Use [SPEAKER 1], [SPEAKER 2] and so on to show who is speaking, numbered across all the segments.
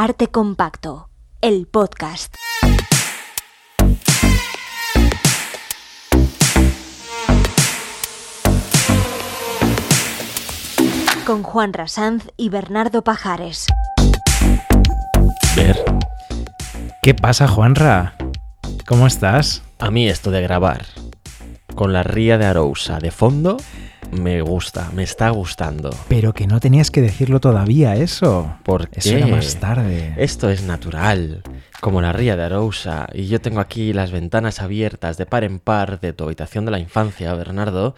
[SPEAKER 1] Arte Compacto, el podcast. Con Juan Rasanz y Bernardo Pajares.
[SPEAKER 2] Ver.
[SPEAKER 3] ¿Qué pasa, Juanra? ¿Cómo estás?
[SPEAKER 2] A mí esto de grabar con la ría de Arousa de fondo me gusta, me está gustando.
[SPEAKER 3] Pero que no tenías que decirlo todavía, eso.
[SPEAKER 2] ¿Por
[SPEAKER 3] Eso
[SPEAKER 2] qué?
[SPEAKER 3] era más tarde.
[SPEAKER 2] Esto es natural, como la ría de Arousa. Y yo tengo aquí las ventanas abiertas de par en par de tu habitación de la infancia, Bernardo.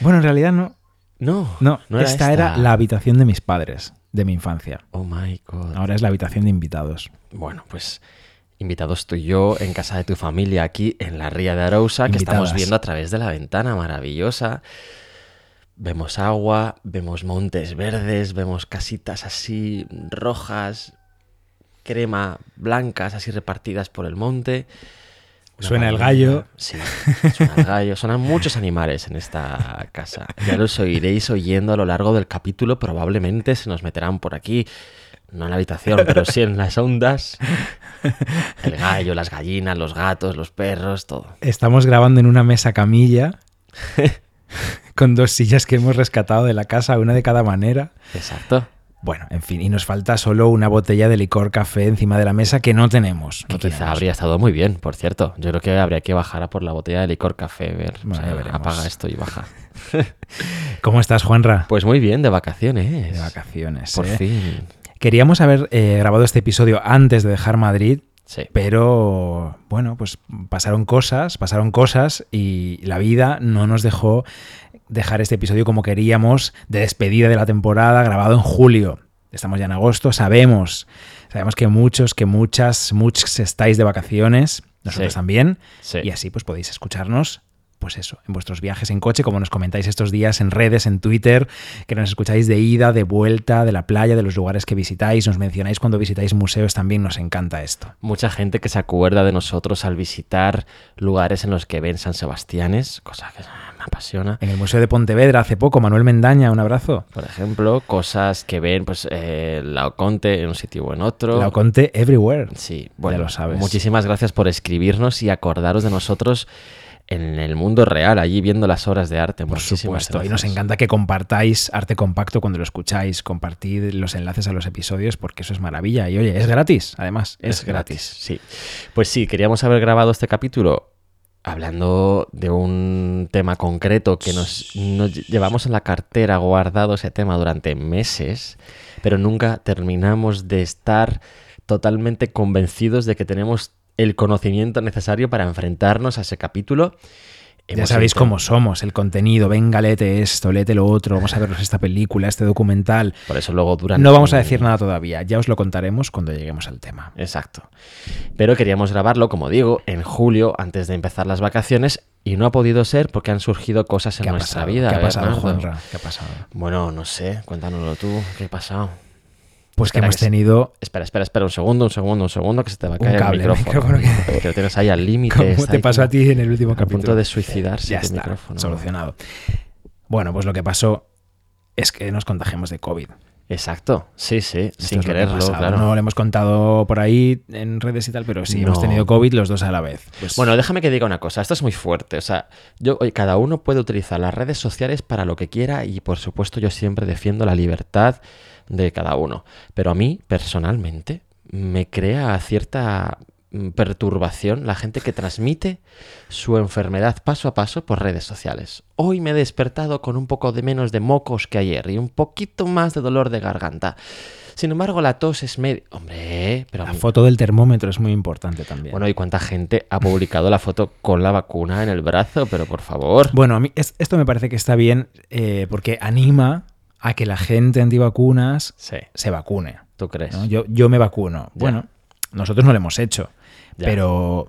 [SPEAKER 3] Bueno, en realidad no.
[SPEAKER 2] No,
[SPEAKER 3] No,
[SPEAKER 2] era
[SPEAKER 3] esta, era la habitación de mis padres, de mi infancia.
[SPEAKER 2] Oh my god.
[SPEAKER 3] Ahora es la habitación de invitados.
[SPEAKER 2] Bueno, pues invitados tú y yo en casa de tu familia aquí en la ría de Arousa, que estamos
[SPEAKER 3] Invitadas.
[SPEAKER 2] viendo a través de la ventana maravillosa. Vemos agua, vemos montes verdes, vemos casitas así rojas, crema, blancas así repartidas por el monte. Una
[SPEAKER 3] Suena el
[SPEAKER 2] maravilla.
[SPEAKER 3] gallo.
[SPEAKER 2] Sí, suena el gallo. Sonan muchos animales en esta casa. Ya los oiréis oyendo a lo largo del capítulo. Probablemente se nos meterán por aquí. No en la habitación, pero sí en las ondas. El gallo, las gallinas, los gatos, los perros, todo.
[SPEAKER 3] Estamos grabando en una mesa camilla con dos sillas que hemos rescatado de la casa, una de cada manera.
[SPEAKER 2] Exacto.
[SPEAKER 3] Bueno, en fin, y nos falta solo una botella de licor café encima de la mesa que no tenemos.
[SPEAKER 2] Que
[SPEAKER 3] No
[SPEAKER 2] quizá
[SPEAKER 3] tenemos.
[SPEAKER 2] habría estado muy bien, por cierto. Yo creo que habría que bajar a por la botella de licor café. Ver,
[SPEAKER 3] Bueno, ya veremos.
[SPEAKER 2] apaga esto y baja.
[SPEAKER 3] ¿Cómo estás, Juanra?
[SPEAKER 2] Pues muy bien, de vacaciones.
[SPEAKER 3] De vacaciones.
[SPEAKER 2] Por
[SPEAKER 3] ¿eh?
[SPEAKER 2] fin.
[SPEAKER 3] Queríamos haber eh, grabado este episodio antes de dejar Madrid,
[SPEAKER 2] Sí.
[SPEAKER 3] pero bueno, pues pasaron cosas, pasaron cosas y la vida no nos dejó dejar este episodio como queríamos, de despedida de la temporada, grabado en julio. Estamos ya en agosto, sabemos, sabemos que muchos, que muchas, muchos estáis de vacaciones, nosotros
[SPEAKER 2] Sí.
[SPEAKER 3] también,
[SPEAKER 2] Sí.
[SPEAKER 3] y así pues podéis escucharnos, pues eso, en vuestros viajes en coche, como nos comentáis estos días en redes, en Twitter, que nos escucháis de ida, de vuelta, de la playa, de los lugares que visitáis, nos mencionáis cuando visitáis museos, también nos encanta esto.
[SPEAKER 2] Mucha gente que se acuerda de nosotros al visitar lugares en los que ven San Sebastianes, cosa que ah, me apasiona.
[SPEAKER 3] En el Museo de Pontevedra hace poco, Manuel Mendaña, un abrazo.
[SPEAKER 2] Por ejemplo, cosas que ven, pues, eh, la Oconte en un sitio o en otro.
[SPEAKER 3] La conté everywhere.
[SPEAKER 2] Sí, bueno,
[SPEAKER 3] lo sabes.
[SPEAKER 2] Muchísimas gracias por escribirnos y acordaros de nosotros en el mundo real, allí viendo las obras de arte.
[SPEAKER 3] Por
[SPEAKER 2] Muchísimas
[SPEAKER 3] supuesto, y
[SPEAKER 2] gracias.
[SPEAKER 3] nos encanta que compartáis Arte Compacto cuando lo escucháis, compartid los enlaces a los episodios porque eso es maravilla y oye, es gratis, además, es, gratis.
[SPEAKER 2] Sí. Pues sí, queríamos haber grabado este capítulo hablando de un tema concreto que nos, nos lle- llevamos en la cartera guardado ese tema durante meses, pero nunca terminamos de estar totalmente convencidos de que tenemos el conocimiento necesario para enfrentarnos a ese capítulo.
[SPEAKER 3] ya
[SPEAKER 2] Hemos
[SPEAKER 3] sabéis
[SPEAKER 2] inten-
[SPEAKER 3] cómo somos, el contenido, venga, léete esto, léete lo otro, vamos a ver esta película, este documental.
[SPEAKER 2] Por eso luego durante...
[SPEAKER 3] No vamos a decir nada todavía, ya os lo contaremos cuando lleguemos al tema.
[SPEAKER 2] Exacto. Pero queríamos grabarlo, como digo, en julio, antes de empezar las vacaciones, y no ha podido ser porque han surgido cosas en
[SPEAKER 3] ha
[SPEAKER 2] nuestra
[SPEAKER 3] pasado?
[SPEAKER 2] vida. eh,
[SPEAKER 3] ¿Qué ha pasado,
[SPEAKER 2] Bernardo.
[SPEAKER 3] Juanra? ¿Qué ha pasado?
[SPEAKER 2] Bueno, no sé, cuéntanoslo tú, ¿qué ha pasado?
[SPEAKER 3] Pues que
[SPEAKER 2] Espera
[SPEAKER 3] hemos
[SPEAKER 2] que se-
[SPEAKER 3] tenido...
[SPEAKER 2] Espera, espera, espera, un segundo, un segundo, un segundo, que se te va a
[SPEAKER 3] Un
[SPEAKER 2] caer
[SPEAKER 3] cable,
[SPEAKER 2] el micrófono.
[SPEAKER 3] el micrófono
[SPEAKER 2] Que lo tienes ahí al límite.
[SPEAKER 3] ¿Cómo
[SPEAKER 2] está
[SPEAKER 3] te
[SPEAKER 2] ahí
[SPEAKER 3] pasó
[SPEAKER 2] como
[SPEAKER 3] a ti en el último
[SPEAKER 2] A punto
[SPEAKER 3] capítulo?
[SPEAKER 2] de suicidarse
[SPEAKER 3] ya
[SPEAKER 2] tu
[SPEAKER 3] está,
[SPEAKER 2] micrófono.
[SPEAKER 3] solucionado. Bueno, pues lo que pasó es que nos contagiamos de COVID.
[SPEAKER 2] Exacto, sí, sí,
[SPEAKER 3] Esto
[SPEAKER 2] sin
[SPEAKER 3] es lo que ha
[SPEAKER 2] quererlo,
[SPEAKER 3] pasado.
[SPEAKER 2] claro.
[SPEAKER 3] No lo hemos contado por ahí en redes y tal, pero sí,
[SPEAKER 2] No.
[SPEAKER 3] hemos tenido COVID los dos a la vez. Pues-
[SPEAKER 2] Bueno, déjame que diga una cosa, esto es muy fuerte. O sea, yo, oye, cada uno puede utilizar las redes sociales para lo que quiera y por supuesto yo siempre defiendo la libertad de cada uno. Pero a mí, personalmente, me crea cierta mm, perturbación la gente que transmite su enfermedad paso a paso por redes sociales. Hoy me he despertado con un poco de menos de mocos que ayer y un poquito más de dolor de garganta. Sin embargo, la tos es medio... Hombre, pero... a
[SPEAKER 3] la
[SPEAKER 2] mí-
[SPEAKER 3] foto del termómetro es muy importante también.
[SPEAKER 2] bueno, ¿y cuánta gente ha publicado la foto con la vacuna en el brazo? Pero por favor.
[SPEAKER 3] Bueno, a mí es- esto me parece que está bien eh, porque anima a que la gente antivacunas
[SPEAKER 2] Sí,
[SPEAKER 3] se vacune.
[SPEAKER 2] ¿tú crees?
[SPEAKER 3] ¿no? Yo, yo me vacuno. Bueno, nosotros no lo hemos hecho,
[SPEAKER 2] Ya.
[SPEAKER 3] pero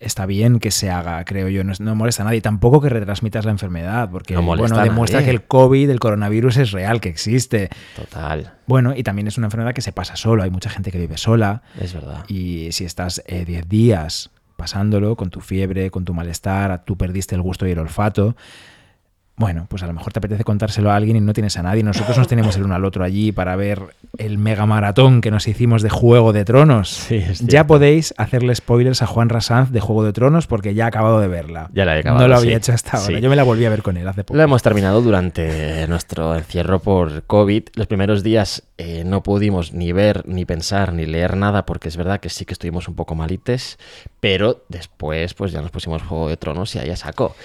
[SPEAKER 3] está bien que se haga, creo yo. No, es- no molesta a nadie. Tampoco que retransmitas la enfermedad, porque
[SPEAKER 2] No molesta
[SPEAKER 3] bueno,
[SPEAKER 2] a
[SPEAKER 3] demuestra
[SPEAKER 2] nadie.
[SPEAKER 3] que el COVID, el coronavirus es real, que existe.
[SPEAKER 2] Total,
[SPEAKER 3] Bueno, y también es una enfermedad que se pasa solo. Hay mucha gente que vive sola.
[SPEAKER 2] es verdad.
[SPEAKER 3] Y si estás eh, 10 días pasándolo con tu fiebre, con tu malestar, tú perdiste el gusto y el olfato, bueno, pues a lo mejor te apetece contárselo a alguien y no tienes a nadie. Nosotros nos tenemos el uno al otro allí para ver el mega maratón que nos hicimos de Juego de Tronos.
[SPEAKER 2] Sí, es
[SPEAKER 3] ya
[SPEAKER 2] cierto.
[SPEAKER 3] podéis hacerle spoilers a Juan Rasanz de Juego de Tronos porque ya ha acabado de verla.
[SPEAKER 2] Ya la he acabado,
[SPEAKER 3] No lo
[SPEAKER 2] sí.
[SPEAKER 3] había hecho hasta ahora.
[SPEAKER 2] Sí.
[SPEAKER 3] Yo me la volví a ver con él hace poco.
[SPEAKER 2] Lo hemos terminado durante nuestro encierro por COVID. Los primeros días eh, no pudimos ni ver, ni pensar, ni leer nada, porque es verdad que sí que estuvimos un poco malites, pero después pues ya nos pusimos Juego de Tronos y ahí ya sacó.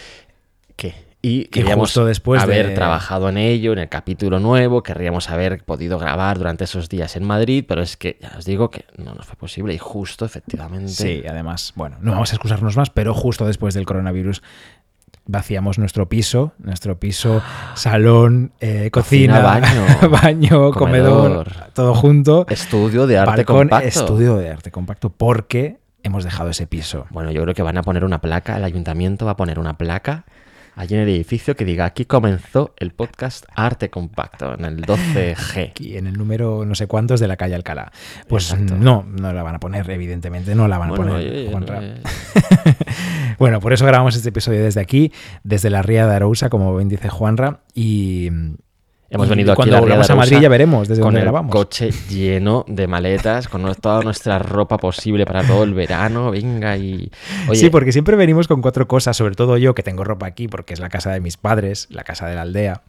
[SPEAKER 2] ¿Qué? Y queríamos
[SPEAKER 3] justo después de-
[SPEAKER 2] haber trabajado en ello, en el capítulo nuevo, querríamos haber podido grabar durante esos días en Madrid, pero es que ya os digo que no nos fue posible y justo efectivamente
[SPEAKER 3] Sí, además, bueno, no vamos a excusarnos más, pero justo después del coronavirus vaciamos nuestro piso, nuestro piso, salón, eh, cocina,
[SPEAKER 2] Cocina, baño,
[SPEAKER 3] baño, comedor,
[SPEAKER 2] comedor,
[SPEAKER 3] todo junto,
[SPEAKER 2] estudio de arte
[SPEAKER 3] balcón,
[SPEAKER 2] compacto.
[SPEAKER 3] estudio de arte compacto, porque hemos dejado ese piso.
[SPEAKER 2] Bueno, yo creo que van a poner una placa, el ayuntamiento va a poner una placa allí en el edificio que diga, aquí comenzó el podcast Arte Compacto, en el 12G.
[SPEAKER 3] Aquí en el número no sé cuántos de la calle Alcalá. Pues
[SPEAKER 2] Exacto.
[SPEAKER 3] no, no la van a poner, evidentemente, no la van a
[SPEAKER 2] Bueno,
[SPEAKER 3] poner.
[SPEAKER 2] oye,
[SPEAKER 3] Juanra.
[SPEAKER 2] eh,
[SPEAKER 3] Bueno, por eso grabamos este episodio desde aquí, desde la Ría de Arousa, como bien dice Juanra, y
[SPEAKER 2] hemos
[SPEAKER 3] y
[SPEAKER 2] venido aquí
[SPEAKER 3] cuando
[SPEAKER 2] a, la Ría de
[SPEAKER 3] volvamos a Madrid
[SPEAKER 2] Arousa
[SPEAKER 3] ya veremos desde
[SPEAKER 2] con
[SPEAKER 3] dónde
[SPEAKER 2] el
[SPEAKER 3] grabamos.
[SPEAKER 2] coche lleno de maletas, con no- toda nuestra ropa posible para todo el verano, venga y... Oye,
[SPEAKER 3] Sí, porque siempre venimos con cuatro cosas, sobre todo yo que tengo ropa aquí porque es la casa de mis padres, la casa de la aldea.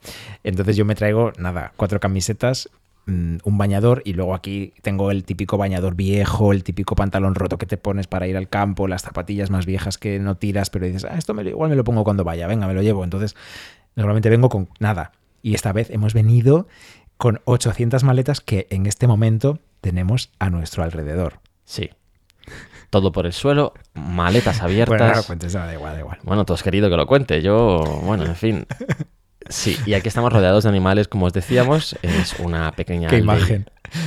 [SPEAKER 3] Entonces yo me traigo, nada, cuatro camisetas, mm, un bañador y luego aquí tengo el típico bañador viejo, el típico pantalón roto que te pones para ir al campo, las zapatillas más viejas que no tiras, pero dices, ah, esto me lo- igual me lo pongo cuando vaya, venga, me lo llevo. Entonces normalmente vengo con nada. Y esta vez hemos venido con 800 maletas que en este momento tenemos a nuestro alrededor.
[SPEAKER 2] sí. Todo por el suelo, maletas abiertas.
[SPEAKER 3] Bueno, no lo cuentes, no, da igual, da igual.
[SPEAKER 2] Bueno, tú has querido que lo cuente. Yo, bueno, en fin. Sí, y aquí estamos rodeados de animales, como os decíamos. Es una pequeña.
[SPEAKER 3] Qué
[SPEAKER 2] alde-
[SPEAKER 3] imagen.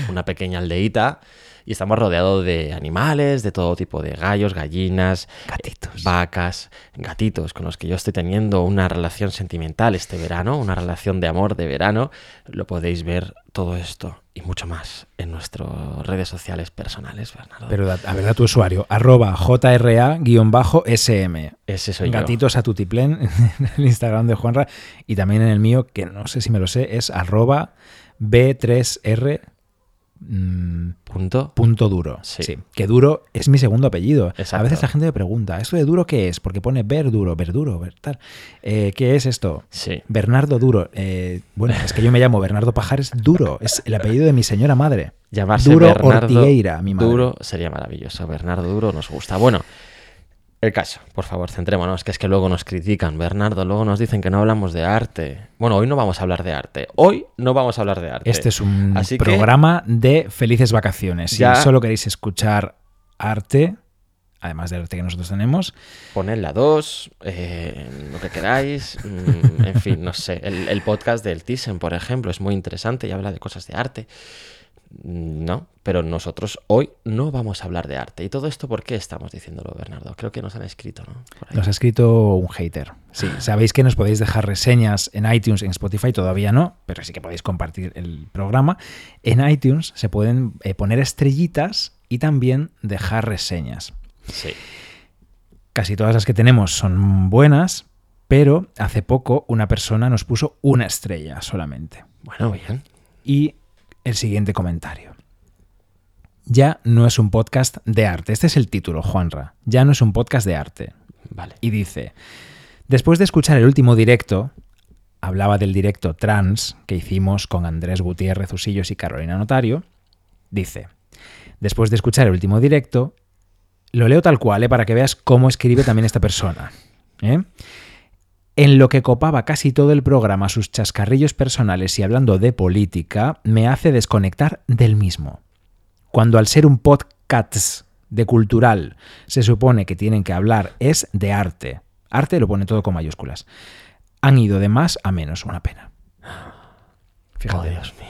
[SPEAKER 2] Una pequeña aldeíta. Y estamos rodeados de animales, de todo tipo de gallos, gallinas,
[SPEAKER 3] Gatitos.
[SPEAKER 2] vacas, gatitos, con los que yo estoy teniendo una relación sentimental este verano, una relación de amor de verano. Lo podéis ver todo esto y mucho más en nuestras redes sociales personales, Bernardo.
[SPEAKER 3] Pero da- a ver, da tu usuario, arroba jra-sm.
[SPEAKER 2] Ese soy yo.
[SPEAKER 3] Gatitos a tutiplén en el Instagram de Juanra y también en el mío, que no sé si me lo sé, es arroba b3r mm,
[SPEAKER 2] Punto.
[SPEAKER 3] punto duro.
[SPEAKER 2] Sí.
[SPEAKER 3] Que duro es mi segundo apellido. A
[SPEAKER 2] Exacto.
[SPEAKER 3] veces la gente me pregunta, ¿esto de duro qué es? Porque pone verduro, verduro, ver- tal. Eh, ¿Qué es esto?
[SPEAKER 2] Sí.
[SPEAKER 3] Bernardo Duro. Eh, bueno, es que yo me llamo Bernardo Pajares Duro. Es el apellido de mi señora madre.
[SPEAKER 2] Llamarse
[SPEAKER 3] Duro
[SPEAKER 2] Bernardo
[SPEAKER 3] Ortigueira, mi madre.
[SPEAKER 2] Duro sería maravilloso. Bernardo Duro nos gusta. Bueno, el caso, por favor, centrémonos, que es que luego nos critican, Bernardo, luego nos dicen que no hablamos de arte. Bueno, hoy no vamos a hablar de arte. Hoy no vamos a hablar de arte.
[SPEAKER 3] Este es un
[SPEAKER 2] Así que-
[SPEAKER 3] programa de felices vacaciones. Si
[SPEAKER 2] Ya-
[SPEAKER 3] solo queréis escuchar arte, además del arte que nosotros tenemos,
[SPEAKER 2] Poned la 2, lo que queráis. mm, en fin, no sé. El, el podcast del Thyssen, por ejemplo, es muy interesante y habla de cosas de arte. Mm, No, pero nosotros hoy no vamos a hablar de arte. ¿Y todo esto por qué estamos diciéndolo, Bernardo? Creo que nos han escrito, ¿no? Por ahí.
[SPEAKER 3] nos ha escrito un hater. Sí,
[SPEAKER 2] Ah.
[SPEAKER 3] sabéis que nos podéis dejar reseñas en iTunes, en Spotify todavía no, pero sí que podéis compartir el programa. En iTunes se pueden eh, poner estrellitas y también dejar reseñas.
[SPEAKER 2] Sí.
[SPEAKER 3] Casi todas las que tenemos son buenas, pero hace poco una persona nos puso una estrella solamente.
[SPEAKER 2] Bueno, bien.
[SPEAKER 3] y el siguiente comentario. Ya no es un podcast de arte. Este es el título, Juanra. Ya no es un podcast de arte.
[SPEAKER 2] Vale.
[SPEAKER 3] Y dice, después de escuchar el último directo, hablaba del directo trans que hicimos con Andrés Gutiérrez Usillos y Carolina Notario, dice, después de escuchar el último directo, lo leo tal cual, ¿eh? para que veas cómo escribe también esta persona. ¿eh? En lo que copaba casi todo el programa sus chascarrillos personales y hablando de política, me hace desconectar del mismo. Cuando al ser un podcast de cultural se supone que tienen que hablar es de arte. Arte lo pone todo con mayúsculas. Han ido de más a menos, una pena.
[SPEAKER 2] Oh,
[SPEAKER 3] Fíjate,
[SPEAKER 2] Dios mío.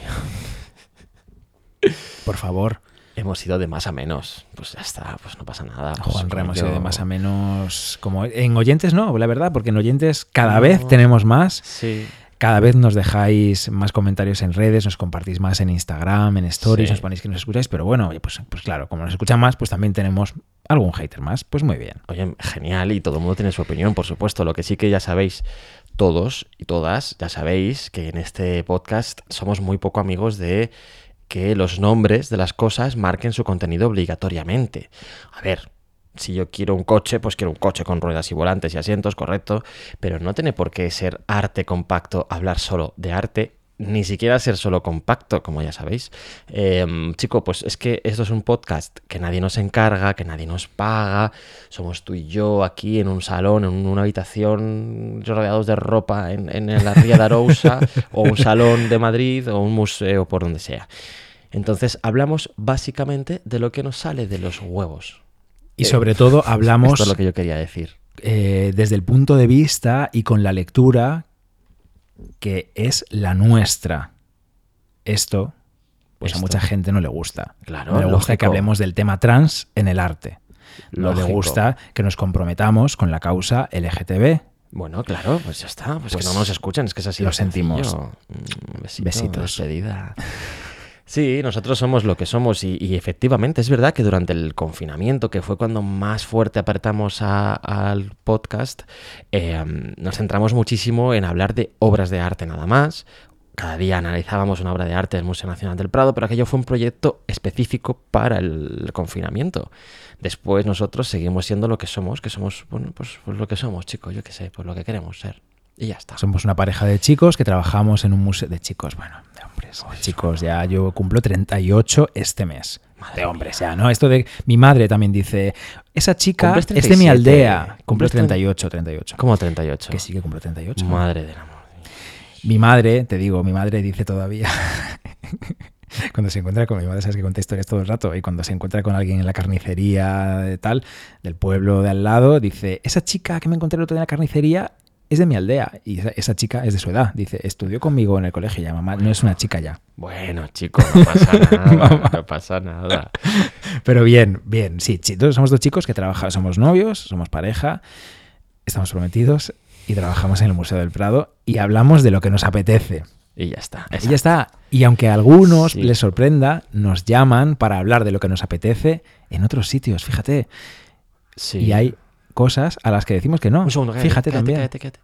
[SPEAKER 3] por favor,
[SPEAKER 2] Hemos ido de más a menos. Pues ya está, pues no pasa nada. pues
[SPEAKER 3] Juan Ramos,
[SPEAKER 2] yo-
[SPEAKER 3] de más a menos como en oyentes no, la verdad, porque en oyentes cada vez
[SPEAKER 2] No.
[SPEAKER 3] tenemos más.
[SPEAKER 2] Sí.
[SPEAKER 3] Cada vez nos dejáis más comentarios en redes, nos compartís más en Instagram, en Stories,
[SPEAKER 2] Sí.
[SPEAKER 3] nos ponéis que nos escucháis, pero bueno, oye, pues, pues claro, como nos escuchan más, pues también tenemos algún hater más. Pues muy bien.
[SPEAKER 2] Oye, genial, y todo el mundo tiene su opinión, por supuesto. Lo que sí que ya sabéis, todos y todas, ya sabéis que en este podcast somos muy poco amigos de que los nombres de las cosas marquen su contenido obligatoriamente. A ver, si yo quiero un coche, pues quiero un coche con ruedas y volantes y asientos, correcto, pero no tiene por qué ser arte compacto hablar solo de arte ni siquiera ser solo compacto, como ya sabéis. Eh, chico, pues es que esto es un podcast que nadie nos encarga, que nadie nos paga. Somos tú y yo aquí en un salón, en una habitación rodeados de ropa en, en la Ría de Arousa, o un salón de Madrid, o un museo, por donde sea. Entonces hablamos básicamente de lo que nos sale de los huevos.
[SPEAKER 3] Y sobre todo hablamos...
[SPEAKER 2] Esto es lo que yo quería decir.
[SPEAKER 3] eh, desde el punto de vista y con la lectura que es la nuestra. Esto, pues a
[SPEAKER 2] Esto.
[SPEAKER 3] mucha gente no le gusta.
[SPEAKER 2] Claro,
[SPEAKER 3] no le gusta
[SPEAKER 2] lógico.
[SPEAKER 3] que hablemos del tema trans en el arte. No le
[SPEAKER 2] Lógico.
[SPEAKER 3] gusta que nos comprometamos con la causa LGTB.
[SPEAKER 2] Bueno, claro, pues ya está. Pues,
[SPEAKER 3] Pues
[SPEAKER 2] que no nos escuchan, es que es así.
[SPEAKER 3] lo
[SPEAKER 2] de sencillo.
[SPEAKER 3] sentimos.
[SPEAKER 2] Mm, besito,
[SPEAKER 3] Besitos.
[SPEAKER 2] despedida. Sí, nosotros somos lo que somos y, y efectivamente es verdad que durante el confinamiento, que fue cuando más fuerte apretamos a- al podcast, eh, nos centramos muchísimo en hablar de obras de arte nada más. Cada día analizábamos una obra de arte del Museo Nacional del Prado, pero aquello fue un proyecto específico para el confinamiento. Después nosotros seguimos siendo lo que somos, que somos, bueno, pues, pues lo que somos, chicos, yo qué sé, pues lo que queremos ser. Y ya está.
[SPEAKER 3] Pues Somos una pareja de chicos que trabajamos en un museo de chicos, bueno, de hombres. de chicos, ya yo cumplo 38 este mes.
[SPEAKER 2] Madre
[SPEAKER 3] de hombres, ya, ¿no? Esto de mi madre también dice, esa chica
[SPEAKER 2] Cumples
[SPEAKER 3] es de mi
[SPEAKER 2] 37.
[SPEAKER 3] aldea. Cumplo
[SPEAKER 2] Cumples
[SPEAKER 3] 38, 38.
[SPEAKER 2] Como 38.
[SPEAKER 3] Que sí que cumplo 38.
[SPEAKER 2] Madre del amor.
[SPEAKER 3] Mi madre, te digo, mi madre dice todavía. cuando se encuentra con mi madre, sabes que cuenta historias todo el rato. Y cuando se encuentra con alguien en la carnicería de tal, del pueblo de al lado, dice: Esa chica que me encontré el otro día en la carnicería es de mi aldea. Y esa, esa chica es de su edad. Dice: Estudió conmigo en el colegio ya, mamá. No es una chica ya.
[SPEAKER 2] Bueno, chicos, no pasa nada. no pasa nada.
[SPEAKER 3] Pero bien, bien. Sí, chi- todos somos dos chicos que trabajan. Somos novios, somos pareja, estamos prometidos y trabajamos en el Museo del Prado y hablamos de lo que nos apetece.
[SPEAKER 2] Y ya está.
[SPEAKER 3] Y ya está. Y aunque a algunos
[SPEAKER 2] Sí.
[SPEAKER 3] les sorprenda, nos llaman para hablar de lo que nos apetece en otros sitios, fíjate.
[SPEAKER 2] Sí.
[SPEAKER 3] Y hay cosas a las que decimos que no.
[SPEAKER 2] Un segundo, cállate,
[SPEAKER 3] fíjate
[SPEAKER 2] cállate,
[SPEAKER 3] también.
[SPEAKER 2] cállate, cállate.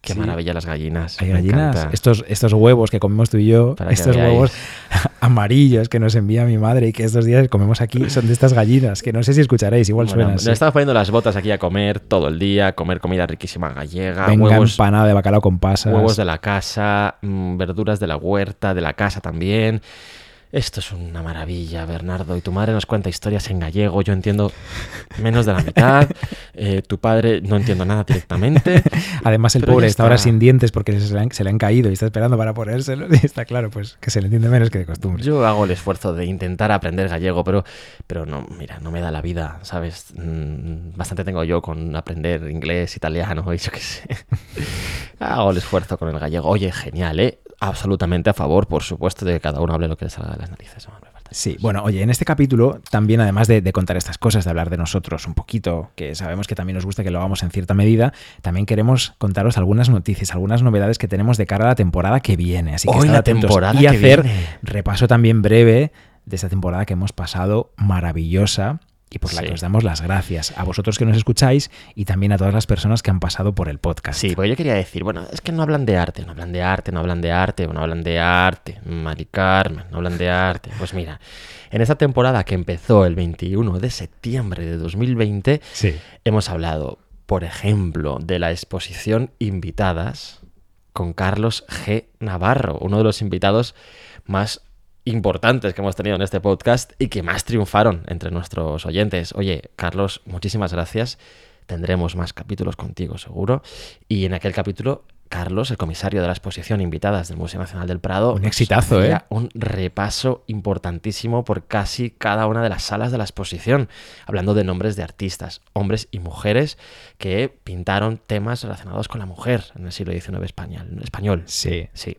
[SPEAKER 2] Qué
[SPEAKER 3] Sí.
[SPEAKER 2] maravilla las gallinas.
[SPEAKER 3] Hay
[SPEAKER 2] me
[SPEAKER 3] gallinas,
[SPEAKER 2] encanta.
[SPEAKER 3] estos, estos huevos que comemos tú y yo,
[SPEAKER 2] Para que
[SPEAKER 3] estos
[SPEAKER 2] veáis.
[SPEAKER 3] huevos amarillos que nos envía mi madre y que estos días comemos aquí, son de estas gallinas, que no sé si escucharéis, igual
[SPEAKER 2] Bueno,
[SPEAKER 3] suenan
[SPEAKER 2] nos
[SPEAKER 3] así.
[SPEAKER 2] estamos poniendo las botas aquí a comer todo el día, comer comida riquísima gallega,
[SPEAKER 3] Venga,
[SPEAKER 2] ah, huevos,
[SPEAKER 3] empanada de bacalao con pasas.
[SPEAKER 2] huevos de la casa, mm, verduras de la huerta, de la casa también. Esto es una maravilla, Bernardo. Y tu madre nos cuenta historias en gallego. Yo entiendo menos de la mitad. Eh, tu padre no entiendo nada directamente.
[SPEAKER 3] Además, el
[SPEAKER 2] Pero ya
[SPEAKER 3] pobre está ahora
[SPEAKER 2] está.
[SPEAKER 3] sin dientes porque se le, han, se le han caído y está esperando para ponérselos. Y está claro, pues que se le entiende menos que de costumbre.
[SPEAKER 2] Yo hago el esfuerzo de intentar aprender gallego, pero, pero no, mira, no me da la vida, ¿sabes? Mm, Bastante tengo yo con aprender inglés, italiano y yo qué sé. hago el esfuerzo con el gallego. Oye, genial, ¿eh? Absolutamente a favor, por supuesto, de que cada uno hable lo que le salga de las narices. no me falta.
[SPEAKER 3] Sí, bueno, oye, en este capítulo también, además de, de contar estas cosas, de hablar de nosotros un poquito, que sabemos que también nos gusta que lo hagamos en cierta medida, también queremos contaros algunas noticias, algunas novedades que tenemos de cara a la temporada que viene. Así que
[SPEAKER 2] Hoy
[SPEAKER 3] estad
[SPEAKER 2] la
[SPEAKER 3] atentos.
[SPEAKER 2] temporada
[SPEAKER 3] y
[SPEAKER 2] que
[SPEAKER 3] hacer
[SPEAKER 2] viene.
[SPEAKER 3] repaso también breve de esta temporada que hemos pasado maravillosa y por la
[SPEAKER 2] Sí.
[SPEAKER 3] que os damos las gracias a vosotros que nos escucháis y también a todas las personas que han pasado por el podcast.
[SPEAKER 2] Sí, porque yo quería decir, bueno, es que no hablan de arte, no hablan de arte, no hablan de arte, no hablan de arte, Mari Carmen, no hablan de arte. Pues mira, en esta temporada que empezó el 21 de septiembre de 2020,
[SPEAKER 3] Sí.
[SPEAKER 2] Hemos hablado, por ejemplo, de la exposición Invitadas con Carlos G. Navarro, uno de los invitados más importantes que hemos tenido en este podcast y que más triunfaron entre nuestros oyentes. Oye, Carlos, muchísimas gracias. Tendremos más capítulos contigo, seguro. Y en aquel capítulo, Carlos, el comisario de la exposición Invitadas del Museo Nacional del Prado,
[SPEAKER 3] Un exitazo,
[SPEAKER 2] hacía
[SPEAKER 3] ¿eh?
[SPEAKER 2] un repaso importantísimo por casi cada una de las salas de la exposición, hablando de nombres de artistas, hombres y mujeres que pintaron temas relacionados con la mujer en el siglo XIX español. español.
[SPEAKER 3] Sí.
[SPEAKER 2] Sí,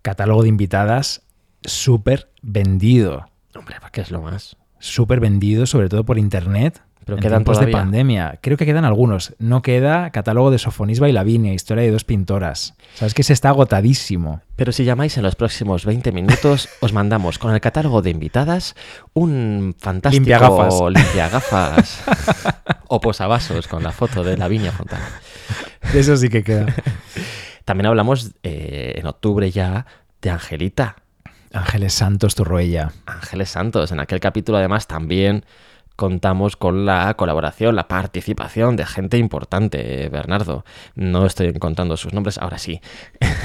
[SPEAKER 3] Catálogo de invitadas súper vendido.
[SPEAKER 2] hombre, ¿para qué es lo más?
[SPEAKER 3] súper vendido, sobre todo por internet.
[SPEAKER 2] Pero
[SPEAKER 3] en
[SPEAKER 2] quedan
[SPEAKER 3] tiempos
[SPEAKER 2] todavía.
[SPEAKER 3] de pandemia. Creo que quedan algunos. No queda catálogo de Sofonisba y Lavinia, historia de dos pintoras. Sabes que se está agotadísimo.
[SPEAKER 2] Pero si llamáis en los próximos 20 minutos, os mandamos con el catálogo de invitadas un fantástico
[SPEAKER 3] Limpiagafas.
[SPEAKER 2] limpiagafas. o posavasos con la foto de Lavinia Fontana.
[SPEAKER 3] Eso sí que queda.
[SPEAKER 2] También hablamos eh, en octubre ya de Angelita,
[SPEAKER 3] Ángeles Santos Turruella.
[SPEAKER 2] Ángeles Santos. En aquel capítulo además también contamos con la colaboración, la participación de gente importante, eh, Bernardo. No estoy encontrando sus nombres, ahora sí.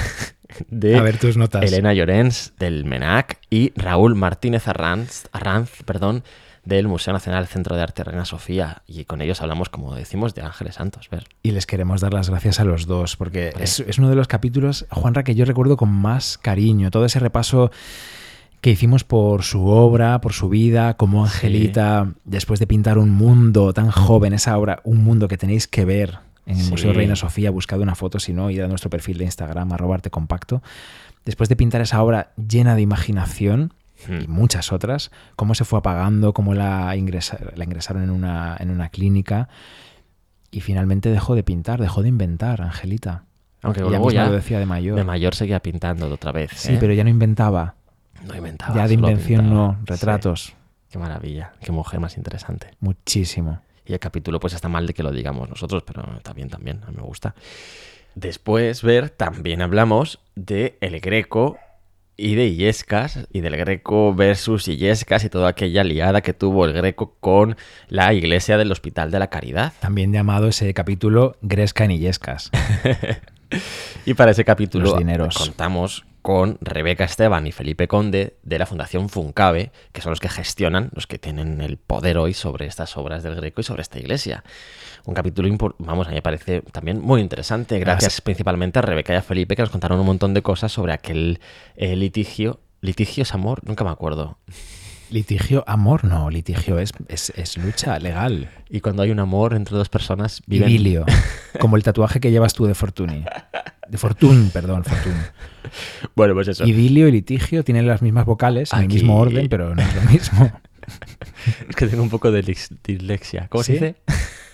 [SPEAKER 2] De
[SPEAKER 3] A ver tus notas.
[SPEAKER 2] Elena Llorens del MENAC y Raúl Martínez Arranz, Arranz, perdón, del Museo Nacional Centro de Arte Reina Sofía. Y con ellos hablamos, como decimos, de Ángeles Santos. Ver.
[SPEAKER 3] Y les queremos dar las gracias a los dos, porque es, es uno de los capítulos, Juanra, que yo recuerdo con más cariño. Todo ese repaso que hicimos por su obra, por su vida, como Angelita, después de pintar un mundo tan joven, esa obra, un mundo que tenéis que ver en el
[SPEAKER 2] Sí.
[SPEAKER 3] Museo Reina Sofía, buscad una foto, si no, id a nuestro perfil de Instagram, arroba arte compacto. Después de pintar esa obra llena de imaginación,
[SPEAKER 2] Hmm.
[SPEAKER 3] y muchas otras, cómo se fue apagando, cómo la, ingresa- la ingresaron en una, en una clínica y finalmente dejó de pintar, dejó de inventar, Angelita.
[SPEAKER 2] Aunque
[SPEAKER 3] Ella
[SPEAKER 2] luego
[SPEAKER 3] misma
[SPEAKER 2] ya
[SPEAKER 3] lo decía de mayor.
[SPEAKER 2] de mayor seguía pintando otra vez.
[SPEAKER 3] sí,
[SPEAKER 2] ¿eh?
[SPEAKER 3] pero ya no inventaba,
[SPEAKER 2] no inventaba.
[SPEAKER 3] ya de
[SPEAKER 2] solo
[SPEAKER 3] invención
[SPEAKER 2] pintaba.
[SPEAKER 3] no,
[SPEAKER 2] Sí.
[SPEAKER 3] retratos,
[SPEAKER 2] Qué maravilla, qué mujer más interesante.
[SPEAKER 3] muchísimo.
[SPEAKER 2] Y el capítulo, pues está mal de que lo digamos nosotros, pero está bien también, a mí me gusta. Después, ver, también hablamos de El Greco y de Illescas, y del Greco versus Illescas y toda aquella liada que tuvo el Greco con la iglesia del Hospital de la Caridad.
[SPEAKER 3] También llamado ese capítulo Gresca en Illescas.
[SPEAKER 2] Y para ese capítulo
[SPEAKER 3] Los dineros.
[SPEAKER 2] contamos con Rebeca Esteban y Felipe Conde de la Fundación Funcabe, que son los que gestionan, los que tienen el poder hoy sobre estas obras del Greco y sobre esta iglesia. Un capítulo, impor- vamos, a mí me parece también muy interesante, gracias principalmente a Rebeca y a Felipe, que nos contaron un montón de cosas sobre aquel eh, litigio. ¿Litigio es amor? Nunca me acuerdo.
[SPEAKER 3] Litigio, amor, no, litigio es, es, es lucha legal.
[SPEAKER 2] Y cuando hay un amor entre dos personas, viven...
[SPEAKER 3] Idilio, como el tatuaje que llevas tú de Fortuny. De Fortune, perdón, Fortune.
[SPEAKER 2] Bueno, pues eso.
[SPEAKER 3] Idilio y litigio tienen las mismas vocales, en el
[SPEAKER 2] Aquí-
[SPEAKER 3] mismo orden, pero no es lo mismo.
[SPEAKER 2] Es que tengo un poco de lis- dislexia. ¿Cómo
[SPEAKER 3] ¿Sí?
[SPEAKER 2] se dice?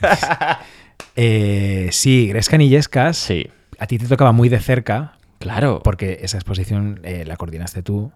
[SPEAKER 3] Eh, sí, Grescan y Yescas,
[SPEAKER 2] Sí.
[SPEAKER 3] a ti te tocaba muy de cerca,
[SPEAKER 2] Claro.
[SPEAKER 3] porque esa exposición eh, la coordinaste tú.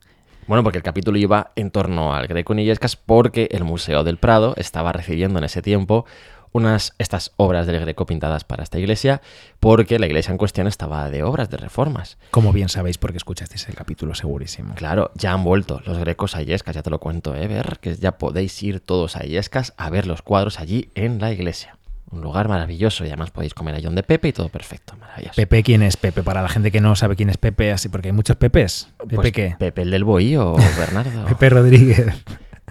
[SPEAKER 2] Bueno, porque el capítulo iba en torno al Greco Nillescas porque el Museo del Prado estaba recibiendo en ese tiempo unas estas obras del Greco pintadas para esta iglesia, porque la iglesia en cuestión estaba de obras de reformas.
[SPEAKER 3] Como bien sabéis, porque escuchasteis el capítulo, segurísimo.
[SPEAKER 2] Claro, ya han vuelto los grecos a Illescas, ya te lo cuento, ¿eh? Ver que ya podéis ir todos a Illescas a ver los cuadros allí en la iglesia. Un lugar maravilloso y además podéis comer ayón de Pepe y todo perfecto, maravilloso.
[SPEAKER 3] Pepe, ¿quién es Pepe? Para la gente que no sabe quién es Pepe, así porque hay muchos Pepes. ¿Pepe
[SPEAKER 2] Pues,
[SPEAKER 3] qué?
[SPEAKER 2] Pepe el del Bohío, Bernardo.
[SPEAKER 3] Pepe Rodríguez.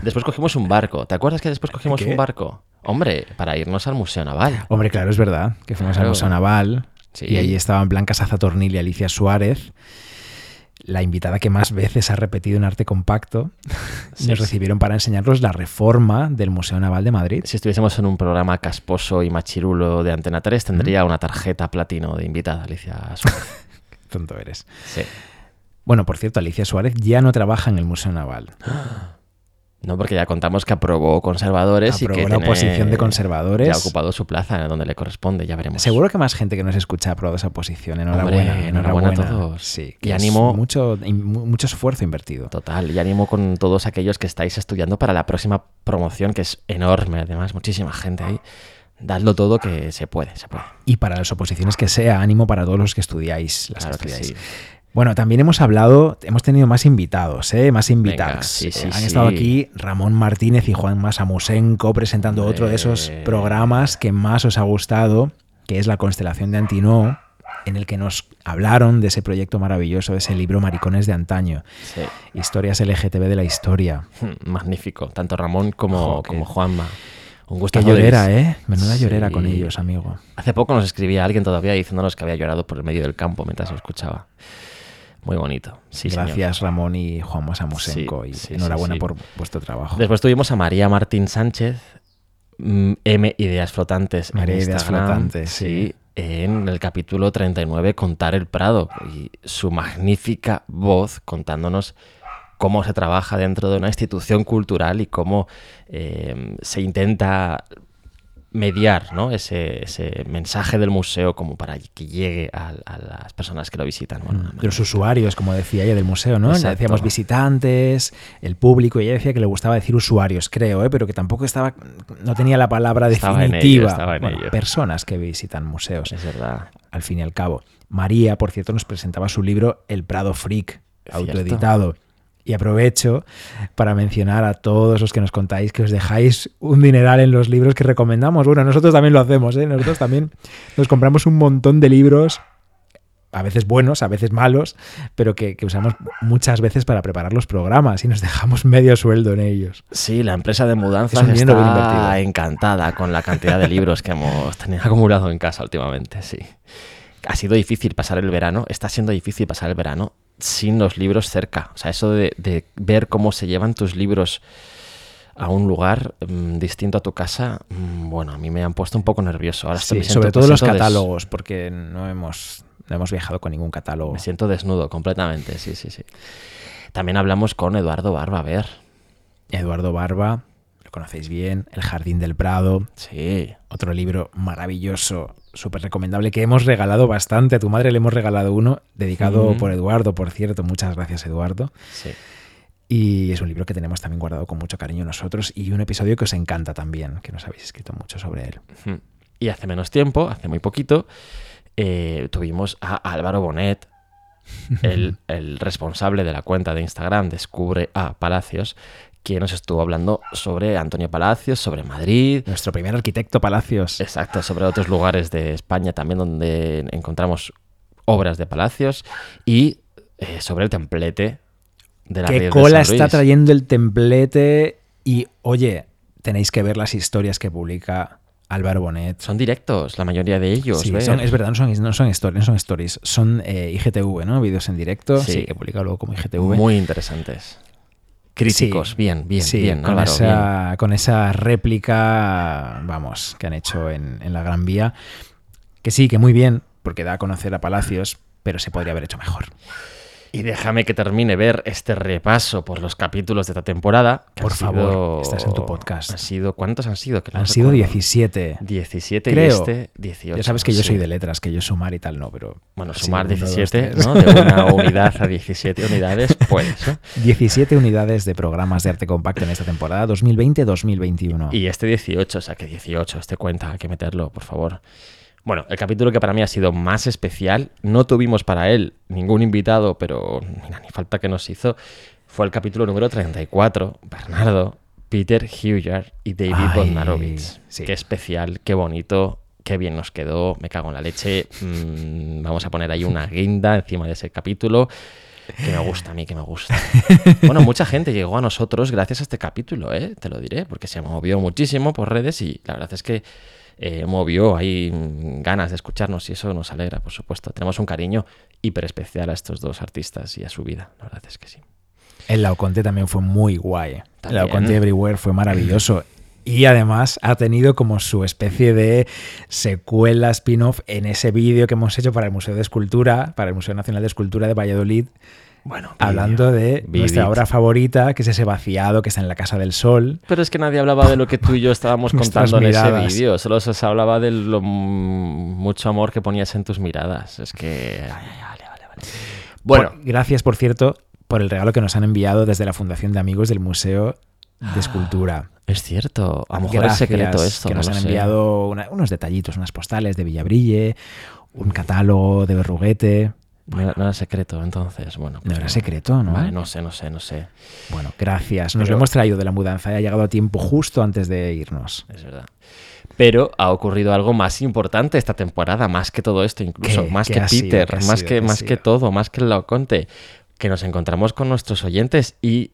[SPEAKER 2] Después cogimos un barco. ¿Te acuerdas que después cogimos
[SPEAKER 3] ¿Qué?
[SPEAKER 2] un barco? Hombre, para irnos al Museo Naval.
[SPEAKER 3] Hombre, claro, es verdad, que fuimos
[SPEAKER 2] Claro.
[SPEAKER 3] al Museo Naval
[SPEAKER 2] Sí.
[SPEAKER 3] y ahí estaban Blanca Sazatornil y Alicia Suárez, la invitada que más veces ha repetido en Arte Compacto.
[SPEAKER 2] Sí,
[SPEAKER 3] Nos
[SPEAKER 2] sí.
[SPEAKER 3] recibieron para enseñarnos la reforma del Museo Naval de Madrid.
[SPEAKER 2] Si estuviésemos en un programa casposo y machirulo de Antena 3, tendría una tarjeta platino de invitada, Alicia Suárez.
[SPEAKER 3] Qué tonto eres.
[SPEAKER 2] Sí.
[SPEAKER 3] Bueno, por cierto, Alicia Suárez ya no trabaja en el Museo Naval.
[SPEAKER 2] Ah, No, porque ya contamos que aprobó conservadores y
[SPEAKER 3] Aprobó
[SPEAKER 2] que
[SPEAKER 3] la
[SPEAKER 2] tiene-
[SPEAKER 3] oposición de conservadores.
[SPEAKER 2] Ya ha ocupado su plaza ¿eh? donde le corresponde, ya veremos.
[SPEAKER 3] Seguro que más gente que nos escucha ha aprobado esa posición.
[SPEAKER 2] pues. Hombre,
[SPEAKER 3] Enhorabuena.
[SPEAKER 2] enhorabuena a todos.
[SPEAKER 3] Sí,
[SPEAKER 2] Y
[SPEAKER 3] que es
[SPEAKER 2] ánimo.
[SPEAKER 3] Mucho, in- mu- mucho esfuerzo invertido.
[SPEAKER 2] Total, y animo con todos aquellos que estáis estudiando para la próxima promoción, que es enorme, además, muchísima gente ahí. Dadlo todo que se puede, se puede.
[SPEAKER 3] Y para las oposiciones que sea, ánimo para todos los que estudiáis. Las
[SPEAKER 2] Claro
[SPEAKER 3] que
[SPEAKER 2] que
[SPEAKER 3] estudiáis.
[SPEAKER 2] sí.
[SPEAKER 3] Bueno, también hemos hablado, hemos tenido más invitados, ¿eh? más invitados.
[SPEAKER 2] Venga, sí, sí,
[SPEAKER 3] Han
[SPEAKER 2] sí.
[SPEAKER 3] estado aquí Ramón Martínez y Juan Masamusenko presentando otro de esos
[SPEAKER 2] Hombre.
[SPEAKER 3] programas que más os ha gustado, que es La constelación de Antinoo, en el que nos hablaron de ese proyecto maravilloso, de ese libro Maricones de antaño,
[SPEAKER 2] Sí.
[SPEAKER 3] Historias LGTB de la historia.
[SPEAKER 2] Hmm, Magnífico, tanto Ramón como,
[SPEAKER 3] Jo, qué-
[SPEAKER 2] como Juanma. Un gusto
[SPEAKER 3] Qué llorera, ¿eh? Menuda llorera con
[SPEAKER 2] Sí.
[SPEAKER 3] ellos, amigo.
[SPEAKER 2] Hace poco nos escribía alguien todavía diciéndonos que había llorado por el medio del campo mientras lo escuchaba. Muy bonito. Sí, señor.
[SPEAKER 3] Gracias Ramón y Juan Masamusenko
[SPEAKER 2] Sí,
[SPEAKER 3] y
[SPEAKER 2] sí, sí,
[SPEAKER 3] enhorabuena
[SPEAKER 2] sí.
[SPEAKER 3] por vuestro trabajo.
[SPEAKER 2] Después tuvimos a María Martín Sánchez, mm, M Ideas Flotantes. en
[SPEAKER 3] María Ideas
[SPEAKER 2] Instagram,
[SPEAKER 3] Flotantes, sí.
[SPEAKER 2] En el capítulo 39, Contar el Prado. Y su magnífica voz contándonos cómo se trabaja dentro de una institución cultural y cómo eh, se intenta mediar ¿no? ese, ese mensaje del museo como para que llegue a, a las personas que lo visitan. Bueno,
[SPEAKER 3] Mm,
[SPEAKER 2] una
[SPEAKER 3] de los usuarios, como decía ella del museo, ¿no?
[SPEAKER 2] Exacto.
[SPEAKER 3] Decíamos visitantes, el público, y ella decía que le gustaba decir usuarios, creo, ¿eh? pero que tampoco estaba, no tenía la palabra
[SPEAKER 2] Estaba en ello,
[SPEAKER 3] definitiva.
[SPEAKER 2] estaba en
[SPEAKER 3] Bueno,
[SPEAKER 2] ello.
[SPEAKER 3] Personas que visitan museos,
[SPEAKER 2] Es verdad.
[SPEAKER 3] al fin y al cabo. María, por cierto, nos presentaba su libro El Prado Freak,
[SPEAKER 2] Cierto.
[SPEAKER 3] autoeditado. Y aprovecho para mencionar a todos los que nos contáis que os dejáis un dineral en los libros que recomendamos. Bueno, nosotros también lo hacemos, ¿eh? Nosotros también nos compramos un montón de libros a veces buenos, a veces malos, pero que, que usamos muchas veces para preparar los programas y nos dejamos medio sueldo en ellos.
[SPEAKER 2] Sí, la empresa de mudanzas
[SPEAKER 3] Es un dinero bien
[SPEAKER 2] está
[SPEAKER 3] invertido.
[SPEAKER 2] encantada con la cantidad de libros que hemos tenido acumulado en casa últimamente, sí. Ha sido difícil pasar el verano, está siendo difícil pasar el verano sin los libros cerca. O sea, eso de, de ver cómo se llevan tus libros a un lugar mm, distinto a tu casa, mm, bueno, a mí me han puesto un poco nervioso. Ahora hasta
[SPEAKER 3] Sí,
[SPEAKER 2] me siento-
[SPEAKER 3] sobre
[SPEAKER 2] me
[SPEAKER 3] todo los
[SPEAKER 2] siento des-
[SPEAKER 3] catálogos, porque no hemos, no hemos viajado con ningún catálogo.
[SPEAKER 2] Me siento desnudo completamente, sí, sí, sí. También hablamos con Eduardo Barba, a ver.
[SPEAKER 3] Eduardo Barba, lo conocéis bien, El Jardín del Prado,
[SPEAKER 2] Sí,
[SPEAKER 3] otro libro maravilloso, súper recomendable, que hemos regalado bastante. A tu madre le hemos regalado uno, dedicado
[SPEAKER 2] Ujú.
[SPEAKER 3] por Eduardo, por cierto. Muchas gracias, Eduardo.
[SPEAKER 2] sí.
[SPEAKER 3] Y es un libro que tenemos también guardado con mucho cariño nosotros y un episodio que os encanta también, que nos habéis escrito mucho sobre él.
[SPEAKER 2] Hmm. Y hace menos tiempo, hace muy poquito, eh, tuvimos a Álvaro Bonet, el, el responsable de la cuenta de Instagram Descubre a Palacios, que nos estuvo hablando sobre Antonio Palacios, sobre Madrid,
[SPEAKER 3] Nuestro primer arquitecto Palacios.
[SPEAKER 2] exacto, sobre otros lugares de España también donde encontramos obras de Palacios y eh, sobre el templete de la
[SPEAKER 3] ¿Qué
[SPEAKER 2] Ría de
[SPEAKER 3] cola
[SPEAKER 2] San
[SPEAKER 3] está
[SPEAKER 2] Luis.
[SPEAKER 3] trayendo el templete? Y oye, tenéis que ver las historias que publica Álvaro Bonet.
[SPEAKER 2] Son directos, la mayoría de ellos.
[SPEAKER 3] Sí,
[SPEAKER 2] ver.
[SPEAKER 3] son- es verdad, no son, no son stories, no son stories, son eh, IGTV, ¿no? Vídeos en directo,
[SPEAKER 2] Sí.
[SPEAKER 3] sí, que he publicado luego como IGTV.
[SPEAKER 2] muy interesantes. Críticos,
[SPEAKER 3] Sí.
[SPEAKER 2] bien, bien,
[SPEAKER 3] Sí,
[SPEAKER 2] bien,
[SPEAKER 3] con,
[SPEAKER 2] Álvaro, bien.
[SPEAKER 3] esa, con esa réplica, vamos, que han hecho en, en la Gran Vía. Que sí, que muy bien, porque da a conocer a Palacios, pero se podría haber hecho mejor.
[SPEAKER 2] Y déjame que termine ver este repaso por los capítulos de esta temporada. que
[SPEAKER 3] Por
[SPEAKER 2] han
[SPEAKER 3] favor,
[SPEAKER 2] sido-
[SPEAKER 3] estás en tu podcast.
[SPEAKER 2] Han sido, ¿Cuántos han sido? Que no
[SPEAKER 3] Han sido
[SPEAKER 2] recuerdo.
[SPEAKER 3] 17.
[SPEAKER 2] 17 y
[SPEAKER 3] Creo.
[SPEAKER 2] este 18.
[SPEAKER 3] Ya sabes que yo
[SPEAKER 2] sí.
[SPEAKER 3] soy de letras, que yo sumar y tal no, este, pero...
[SPEAKER 2] Bueno,
[SPEAKER 3] Sí,
[SPEAKER 2] sumar
[SPEAKER 3] uno, dos,
[SPEAKER 2] 17,
[SPEAKER 3] tres.
[SPEAKER 2] ¿no? De una unidad a 17 unidades, pues. ¿no?
[SPEAKER 3] 17 unidades de programas de arte compacto en esta temporada 2020-2021.
[SPEAKER 2] Y este 18, o sea que 18, este cuenta, hay que meterlo, por favor. Bueno, el capítulo que para mí ha sido más especial, no tuvimos para él ningún invitado, pero mira, ni falta que nos hizo, fue el capítulo número 34, Bernardo, Peter Huger y David
[SPEAKER 3] Ay,
[SPEAKER 2] Bodnarovich.
[SPEAKER 3] sí.
[SPEAKER 2] Qué especial, qué bonito, qué bien nos quedó, me cago en la leche. Mm, vamos a poner ahí una guinda encima de ese capítulo. Que me gusta a mí, que me gusta. Bueno, mucha gente llegó a nosotros gracias a este capítulo, ¿eh? te lo diré, porque se movió muchísimo por redes y la verdad es que eh, movió ahí mm, ganas de escucharnos y eso nos alegra, por supuesto. Tenemos un cariño hiper especial a estos dos artistas y a su vida, la verdad es que sí.
[SPEAKER 3] El Laoconte también fue muy guay. El
[SPEAKER 2] También.
[SPEAKER 3] Laoconte Everywhere fue maravilloso. Y además ha tenido como su especie de secuela spin-off en ese vídeo que hemos hecho para el Museo de Escultura, para el Museo Nacional de Escultura de Valladolid,
[SPEAKER 2] Bueno,
[SPEAKER 3] hablando de nuestra
[SPEAKER 2] Vivid.
[SPEAKER 3] obra favorita, que es ese vaciado que está en la Casa del Sol.
[SPEAKER 2] Pero es que nadie hablaba de lo que tú y yo estábamos
[SPEAKER 3] Nuestras
[SPEAKER 2] contando en ese
[SPEAKER 3] miradas.
[SPEAKER 2] vídeo. Solo se os hablaba de lo mm, mucho amor que ponías en tus miradas. Es que. Ay, ay, vale, vale, vale. Bueno,
[SPEAKER 3] Por- gracias, por cierto, por el regalo que nos han enviado desde la Fundación de Amigos del Museo
[SPEAKER 2] Ah.
[SPEAKER 3] de Escultura.
[SPEAKER 2] es cierto. A lo mejor es secreto
[SPEAKER 3] Gracias,
[SPEAKER 2] esto.
[SPEAKER 3] Que
[SPEAKER 2] no
[SPEAKER 3] nos
[SPEAKER 2] lo
[SPEAKER 3] han
[SPEAKER 2] sé.
[SPEAKER 3] enviado una- unos detallitos, unas postales de Villabrille, un catálogo de Berruguete.
[SPEAKER 2] No, era- no era secreto, entonces. Bueno,
[SPEAKER 3] No
[SPEAKER 2] pues
[SPEAKER 3] era
[SPEAKER 2] no.
[SPEAKER 3] secreto, ¿no?
[SPEAKER 2] Vale, no sé, no sé, no sé.
[SPEAKER 3] Bueno, gracias. Nos
[SPEAKER 2] Pero-
[SPEAKER 3] lo hemos traído de la mudanza y ha llegado a tiempo justo antes de irnos.
[SPEAKER 2] Es verdad. Pero ha ocurrido algo más importante esta temporada, más que todo esto, incluso
[SPEAKER 3] ¿Qué?
[SPEAKER 2] más
[SPEAKER 3] ¿Qué
[SPEAKER 2] que
[SPEAKER 3] ha sido?
[SPEAKER 2] Peter,
[SPEAKER 3] ¿Qué ha
[SPEAKER 2] más,
[SPEAKER 3] sido?
[SPEAKER 2] que,
[SPEAKER 3] ¿Qué ha
[SPEAKER 2] más que
[SPEAKER 3] sido?
[SPEAKER 2] todo, más que el Laoconte, que nos encontramos con nuestros oyentes y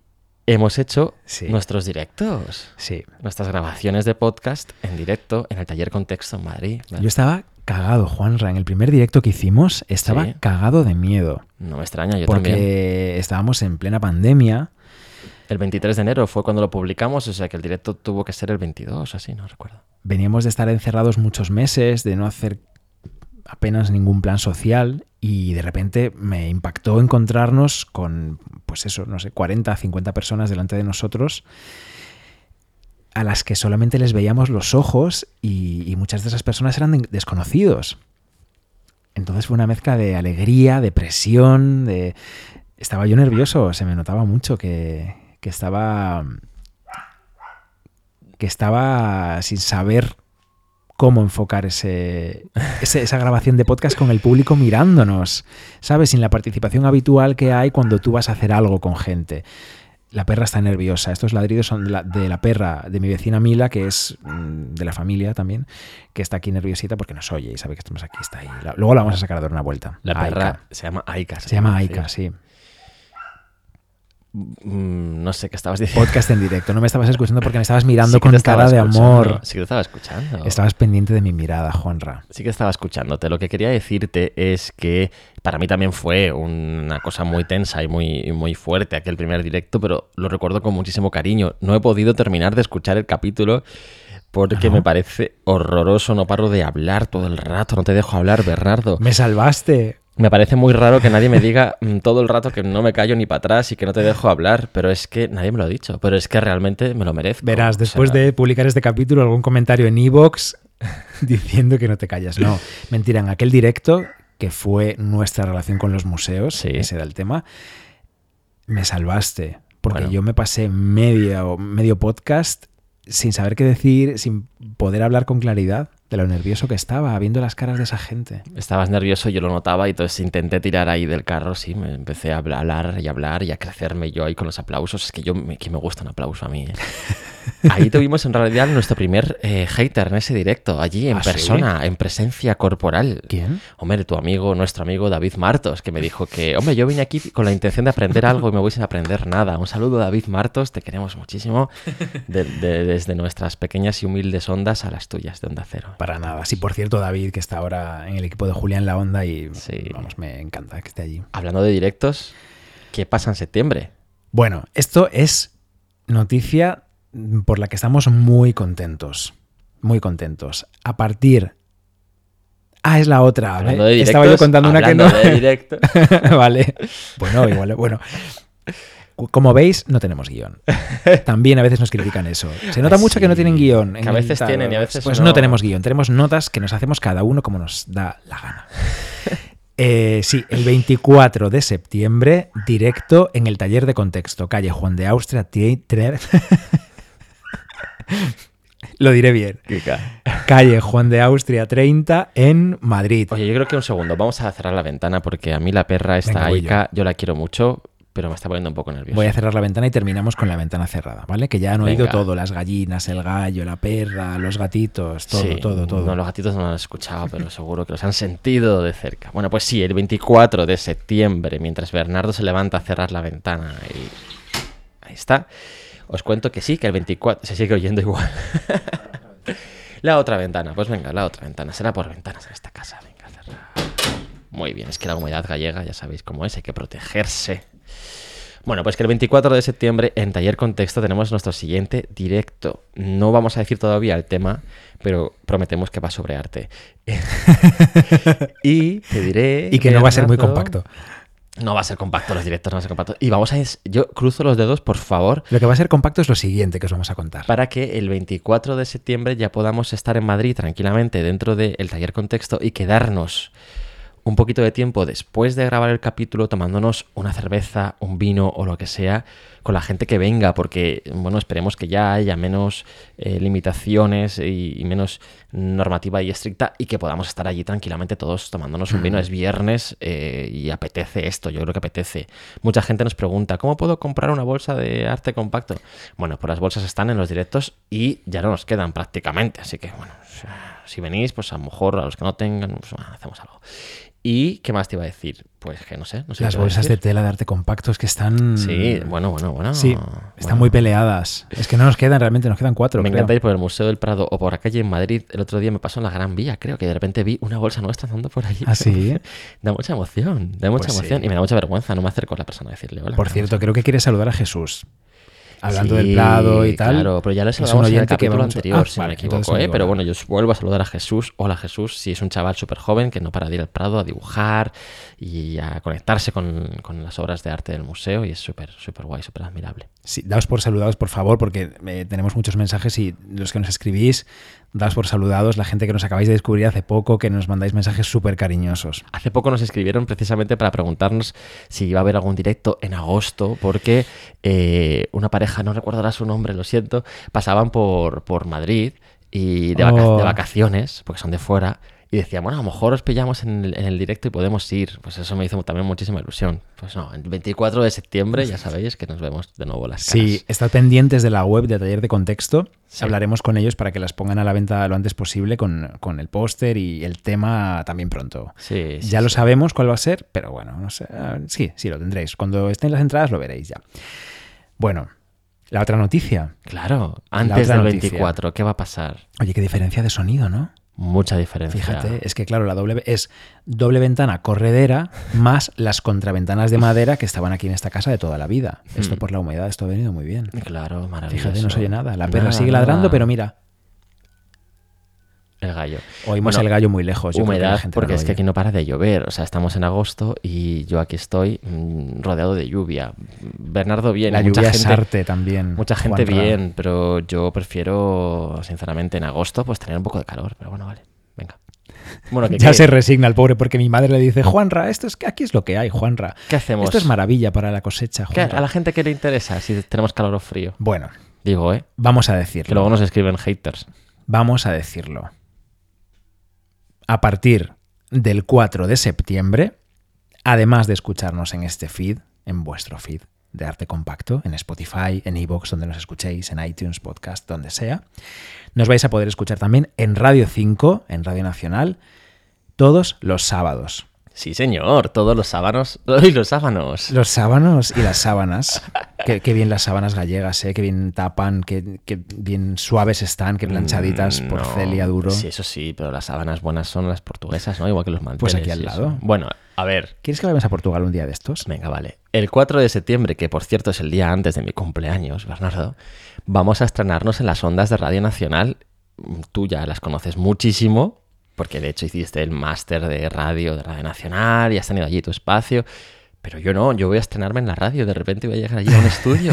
[SPEAKER 2] hemos hecho
[SPEAKER 3] Sí.
[SPEAKER 2] nuestros directos.
[SPEAKER 3] Sí.
[SPEAKER 2] Nuestras grabaciones de podcast en directo en el taller Contexto en Madrid.
[SPEAKER 3] Yo estaba cagado, Juanra. En el primer directo que hicimos estaba
[SPEAKER 2] Sí.
[SPEAKER 3] cagado de miedo.
[SPEAKER 2] No me extraña, yo
[SPEAKER 3] porque
[SPEAKER 2] también.
[SPEAKER 3] estábamos en plena pandemia.
[SPEAKER 2] El 23 de enero fue cuando lo publicamos, o sea que el directo tuvo que ser el 22 o así, no recuerdo.
[SPEAKER 3] Veníamos de estar encerrados muchos meses, de no hacer apenas ningún plan social y de repente me impactó encontrarnos con, pues eso, no sé, 40, 50 personas delante de nosotros a las que solamente les veíamos los ojos y, y muchas de esas personas eran de- desconocidos. Entonces fue una mezcla de alegría, depresión, de... Estaba yo nervioso, se me notaba mucho que, que estaba... que estaba sin saber cómo enfocar ese, ese- esa grabación de podcast con el público mirándonos, ¿sabes? Sin la participación habitual que hay cuando tú vas a hacer algo con gente. La perra está nerviosa. Estos ladridos son de la, de la perra de mi vecina Mila, que es mm, de la familia también, que está aquí nerviosita porque nos oye y sabe que estamos aquí, está ahí. La- Luego la vamos a sacar a dar una vuelta.
[SPEAKER 2] La perra
[SPEAKER 3] Aika.
[SPEAKER 2] se llama Aika.
[SPEAKER 3] Se llama Aika, sí.
[SPEAKER 2] Mm, no sé qué estabas diciendo.
[SPEAKER 3] Podcast en directo. No me estabas escuchando porque me estabas
[SPEAKER 2] Sí
[SPEAKER 3] mirando
[SPEAKER 2] que
[SPEAKER 3] con
[SPEAKER 2] te estaba
[SPEAKER 3] cara de
[SPEAKER 2] escuchando,
[SPEAKER 3] amor.
[SPEAKER 2] Sí que te estaba escuchando.
[SPEAKER 3] Estabas pendiente de mi mirada, Juanra.
[SPEAKER 2] Sí que estaba escuchándote. Lo que quería decirte es que para mí también fue una cosa muy tensa y muy, y muy fuerte aquel primer directo, pero lo recuerdo con muchísimo cariño. No he podido terminar de escuchar el capítulo porque
[SPEAKER 3] Ah,
[SPEAKER 2] me parece horroroso. No paro de hablar todo el rato. No te dejo hablar, Bernardo.
[SPEAKER 3] Me salvaste.
[SPEAKER 2] Me parece muy raro que nadie me diga mm, todo el rato que no me callo ni para atrás y que no te dejo hablar, pero es que nadie me lo ha dicho. Pero es que realmente me lo merezco.
[SPEAKER 3] Verás,
[SPEAKER 2] O sea,
[SPEAKER 3] después de publicar este capítulo, algún comentario en Evox diciendo que no te callas. No, mentira, en aquel directo, que fue nuestra relación con los museos,
[SPEAKER 2] Sí.
[SPEAKER 3] ese era el tema, me salvaste. Porque
[SPEAKER 2] Bueno.
[SPEAKER 3] yo me pasé media o medio podcast sin saber qué decir, sin poder hablar con claridad de lo nervioso que estaba, viendo las caras de esa gente.
[SPEAKER 2] Estabas nervioso, yo lo notaba y entonces intenté tirar ahí del carro, sí, me empecé a hablar- hablar y hablar y a crecerme yo ahí con los aplausos. Es que yo me, que me gusta un aplauso a mí. ¿eh? Ahí tuvimos en realidad nuestro primer eh, hater en ese directo, allí en
[SPEAKER 3] ¿Ah, sí?
[SPEAKER 2] persona, en presencia corporal.
[SPEAKER 3] ¿Quién?
[SPEAKER 2] Hombre, tu amigo, nuestro amigo David Martos, que me dijo que, hombre, yo vine aquí con la intención de aprender algo y me voy sin aprender nada. Un saludo, David Martos, te queremos muchísimo de- de- desde nuestras pequeñas y humildes ondas a las tuyas de Onda Cero.
[SPEAKER 3] Para nada. Sí, por cierto, David, que está ahora en el equipo de Julián La Onda y
[SPEAKER 2] Sí.
[SPEAKER 3] vamos, me encanta que esté allí.
[SPEAKER 2] Hablando de directos, ¿qué pasa en septiembre?
[SPEAKER 3] Bueno, esto es noticia por la que estamos muy contentos. Muy contentos. A partir. Ah, es la otra. ¿ve?
[SPEAKER 2] Hablando de directos,
[SPEAKER 3] Estaba yo contando una que
[SPEAKER 2] hablando
[SPEAKER 3] no.
[SPEAKER 2] de directo.
[SPEAKER 3] vale. Bueno, igual. Bueno. Cu- Como veis, no tenemos guión. También a veces nos critican eso. Se nota
[SPEAKER 2] Ay,
[SPEAKER 3] mucho que no
[SPEAKER 2] sí.
[SPEAKER 3] tienen guión.
[SPEAKER 2] Que
[SPEAKER 3] en
[SPEAKER 2] a veces
[SPEAKER 3] tal-
[SPEAKER 2] tienen y a veces
[SPEAKER 3] Pues
[SPEAKER 2] no.
[SPEAKER 3] no tenemos guión. Tenemos notas que nos hacemos cada uno como nos da la gana. Eh, sí, el 24 de septiembre, directo en el taller de contexto, calle Juan de Austria, tie- tre- Lo diré bien. Calle Juan de Austria 30 en Madrid.
[SPEAKER 2] Oye, yo creo que un segundo, vamos a cerrar la ventana porque a mí la perra, esta
[SPEAKER 3] Venga, voy
[SPEAKER 2] Aika, yo. la quiero mucho, pero me está poniendo un poco nervioso.
[SPEAKER 3] Voy a cerrar la ventana y terminamos con la ventana cerrada, ¿vale? Que ya han oído
[SPEAKER 2] Venga.
[SPEAKER 3] todo, las gallinas, el gallo, la perra, los gatitos, Pues todo,
[SPEAKER 2] Sí,
[SPEAKER 3] todo, todo.
[SPEAKER 2] No, los gatitos no lo han escuchado, pero seguro que los han sentido de cerca. Bueno, pues sí, el 24 de septiembre, mientras Bernardo se levanta a cerrar la ventana y... Ahí está. Os cuento que sí, que el 24... Se sigue oyendo igual. la otra ventana. Pues venga, la otra ventana. Será por ventanas en esta casa. Venga, cerrar. Muy bien, es que la humedad gallega ya sabéis cómo es, hay que protegerse. Bueno, pues que el 24 de septiembre en Taller Contexto tenemos nuestro siguiente directo. No vamos a decir todavía el tema, pero prometemos que va sobre arte. y te diré...
[SPEAKER 3] Y que no va a ser muy
[SPEAKER 2] Bernardo,
[SPEAKER 3] compacto.
[SPEAKER 2] No va a ser compacto, los directos no van a ser compactos. Y vamos a... ens- Yo cruzo los dedos, por favor,
[SPEAKER 3] Lo que va a ser compacto es lo siguiente que os vamos a contar.
[SPEAKER 2] para que el 24 de septiembre ya podamos estar en Madrid tranquilamente dentro del taller contexto y quedarnos un poquito de tiempo después de grabar el capítulo tomándonos una cerveza, un vino o lo que sea con la gente que venga, porque bueno, esperemos que ya haya menos eh, limitaciones y, y menos normativa y estricta y que podamos estar allí tranquilamente todos tomándonos un vino. Es viernes eh, y apetece esto, yo creo que apetece. Mucha gente nos pregunta, ¿cómo puedo comprar una bolsa de arte compacto? Bueno, pues las bolsas están en los directos y ya no nos quedan prácticamente, así que bueno, o sea, si venís, pues a lo mejor a los que no tengan, pues, ah, hacemos algo. ¿Y qué más te iba a decir? Pues que no sé. No sé qué
[SPEAKER 3] Las
[SPEAKER 2] te iba a
[SPEAKER 3] bolsas de
[SPEAKER 2] decir.
[SPEAKER 3] tela de arte compactos que están.
[SPEAKER 2] Sí, bueno, bueno, bueno.
[SPEAKER 3] Sí, están muy
[SPEAKER 2] bueno.
[SPEAKER 3] peleadas. Es que no nos quedan realmente, nos quedan cuatro.
[SPEAKER 2] Me
[SPEAKER 3] creo.
[SPEAKER 2] encanta ir por el Museo del Prado o por la calle en Madrid. El otro día me pasó en la Gran Vía, creo que de repente vi una bolsa nuestra andando por allí.
[SPEAKER 3] Ah, sí.
[SPEAKER 2] Da mucha emoción, da mucha
[SPEAKER 3] Pues sí.
[SPEAKER 2] emoción y me da mucha vergüenza. No me acerco a la persona a decirle hola.
[SPEAKER 3] Por
[SPEAKER 2] Me da
[SPEAKER 3] cierto, creo que quieres saludar a Jesús. Hablando
[SPEAKER 2] Sí,
[SPEAKER 3] del plado y tal.
[SPEAKER 2] Claro, pero ya lo
[SPEAKER 3] es un
[SPEAKER 2] saludamos en el
[SPEAKER 3] oyente que
[SPEAKER 2] capítulo
[SPEAKER 3] vamos a-
[SPEAKER 2] anterior,
[SPEAKER 3] Ah,
[SPEAKER 2] si
[SPEAKER 3] vale,
[SPEAKER 2] no me equivoco,
[SPEAKER 3] entonces no
[SPEAKER 2] ¿eh?
[SPEAKER 3] digo
[SPEAKER 2] Pero
[SPEAKER 3] nada.
[SPEAKER 2] bueno, yo os vuelvo a saludar a Jesús. Hola Jesús, si es un chaval súper joven que no para de ir al Prado a dibujar y a conectarse con, con las obras de arte del museo y es súper, súper guay, súper admirable.
[SPEAKER 3] Sí, daos por saludados, por favor, porque eh, tenemos muchos mensajes y los que nos escribís, daos por saludados, la gente que nos acabáis de descubrir hace poco, que nos mandáis mensajes súper cariñosos.
[SPEAKER 2] Hace poco nos escribieron precisamente para preguntarnos si iba a haber algún directo en agosto, porque eh, una pareja, no recuerdo ahora su nombre, lo siento, pasaban por, por Madrid y de, vaca-
[SPEAKER 3] Oh.
[SPEAKER 2] de vacaciones, porque son de fuera, y decían, bueno, a lo mejor os pillamos en el, en el directo y podemos ir. Pues eso me hizo también muchísima ilusión. Pues no, el 24 de septiembre ya sabéis que nos vemos de nuevo las caras.
[SPEAKER 3] Sí, estad pendientes de la web de Taller de Contexto.
[SPEAKER 2] Sí.
[SPEAKER 3] Hablaremos con ellos para que las pongan a la venta lo antes posible con, con el póster y el tema también pronto.
[SPEAKER 2] Sí, sí,
[SPEAKER 3] ya lo
[SPEAKER 2] sí.
[SPEAKER 3] sabemos cuál va a ser, pero bueno, no sé. ah, Sí, sí, lo tendréis. Cuando estén las entradas lo veréis ya. Bueno, la otra noticia.
[SPEAKER 2] Claro,
[SPEAKER 3] La
[SPEAKER 2] antes
[SPEAKER 3] otra
[SPEAKER 2] del
[SPEAKER 3] noticia.
[SPEAKER 2] 24, ¿qué va a pasar?
[SPEAKER 3] Oye, qué diferencia de sonido, ¿no?
[SPEAKER 2] Mucha diferencia.
[SPEAKER 3] Fíjate, es que claro, la doble es doble ventana corredera más las contraventanas de madera que estaban aquí en esta casa de toda la vida. Esto
[SPEAKER 2] Hmm.
[SPEAKER 3] por la humedad, esto ha venido muy bien.
[SPEAKER 2] Claro, maravilloso.
[SPEAKER 3] Fíjate, no se oye nada. La perra
[SPEAKER 2] Nada,
[SPEAKER 3] sigue ladrando,
[SPEAKER 2] nada.
[SPEAKER 3] pero mira,
[SPEAKER 2] El gallo.
[SPEAKER 3] oímos
[SPEAKER 2] Bueno,
[SPEAKER 3] el gallo muy lejos. Pues Yo creo que la
[SPEAKER 2] Humedad,
[SPEAKER 3] gente no
[SPEAKER 2] porque
[SPEAKER 3] lo
[SPEAKER 2] es que
[SPEAKER 3] oye.
[SPEAKER 2] aquí no para de llover. O sea, estamos en agosto y yo aquí estoy mm, rodeado de lluvia. Bernardo bien,
[SPEAKER 3] la
[SPEAKER 2] mucha
[SPEAKER 3] lluvia es
[SPEAKER 2] gente,
[SPEAKER 3] arte también.
[SPEAKER 2] mucha gente
[SPEAKER 3] Juanra.
[SPEAKER 2] bien, pero yo prefiero, sinceramente, en agosto, pues tener un poco de calor. Pero bueno, vale, venga. Bueno, ¿qué,
[SPEAKER 3] Ya
[SPEAKER 2] qué-
[SPEAKER 3] se resigna el pobre porque mi madre le dice, Juanra, esto es que aquí es lo que hay, Juanra.
[SPEAKER 2] qué hacemos?
[SPEAKER 3] Esto es maravilla para la cosecha,
[SPEAKER 2] ¿Qué- a
[SPEAKER 3] Juanra.
[SPEAKER 2] la gente que le interesa si tenemos calor o frío.
[SPEAKER 3] Bueno,
[SPEAKER 2] Digo, ¿eh?
[SPEAKER 3] vamos a
[SPEAKER 2] Que
[SPEAKER 3] decirlo.
[SPEAKER 2] luego nos escriben haters.
[SPEAKER 3] Vamos a decirlo. A partir del 4 de septiembre, además de escucharnos en este feed, en vuestro feed de arte compacto, en Spotify, en iVoox, donde nos escuchéis, en iTunes, podcast, donde sea, nos vais a poder escuchar también en Radio 5, en Radio Nacional, todos los sábados.
[SPEAKER 2] Sí, señor, todos los sábanos. ¡Uy, los sábanos!
[SPEAKER 3] Los sábanos y las sábanas. Qué, qué bien las sábanas gallegas, ¿eh? qué bien tapan, qué, qué bien suaves están, qué planchaditas por
[SPEAKER 2] Mm, No,
[SPEAKER 3] Celia Duro.
[SPEAKER 2] Sí, eso sí, pero las sábanas buenas son las portuguesas, ¿no? Igual que los manteles.
[SPEAKER 3] Pues aquí al
[SPEAKER 2] y eso.
[SPEAKER 3] lado.
[SPEAKER 2] Bueno, a ver.
[SPEAKER 3] ¿Quieres que vayamos a Portugal un día de estos?
[SPEAKER 2] Venga, vale. El 4 de septiembre, que por cierto es el día antes de mi cumpleaños, Bernardo, vamos a estrenarnos en las ondas de Radio Nacional. Mm, Tú ya las conoces muchísimo, porque de hecho hiciste el máster de radio de Radio Nacional y has tenido allí tu espacio. Pero yo no, yo voy a estrenarme en la radio, de repente voy a llegar allí a un estudio.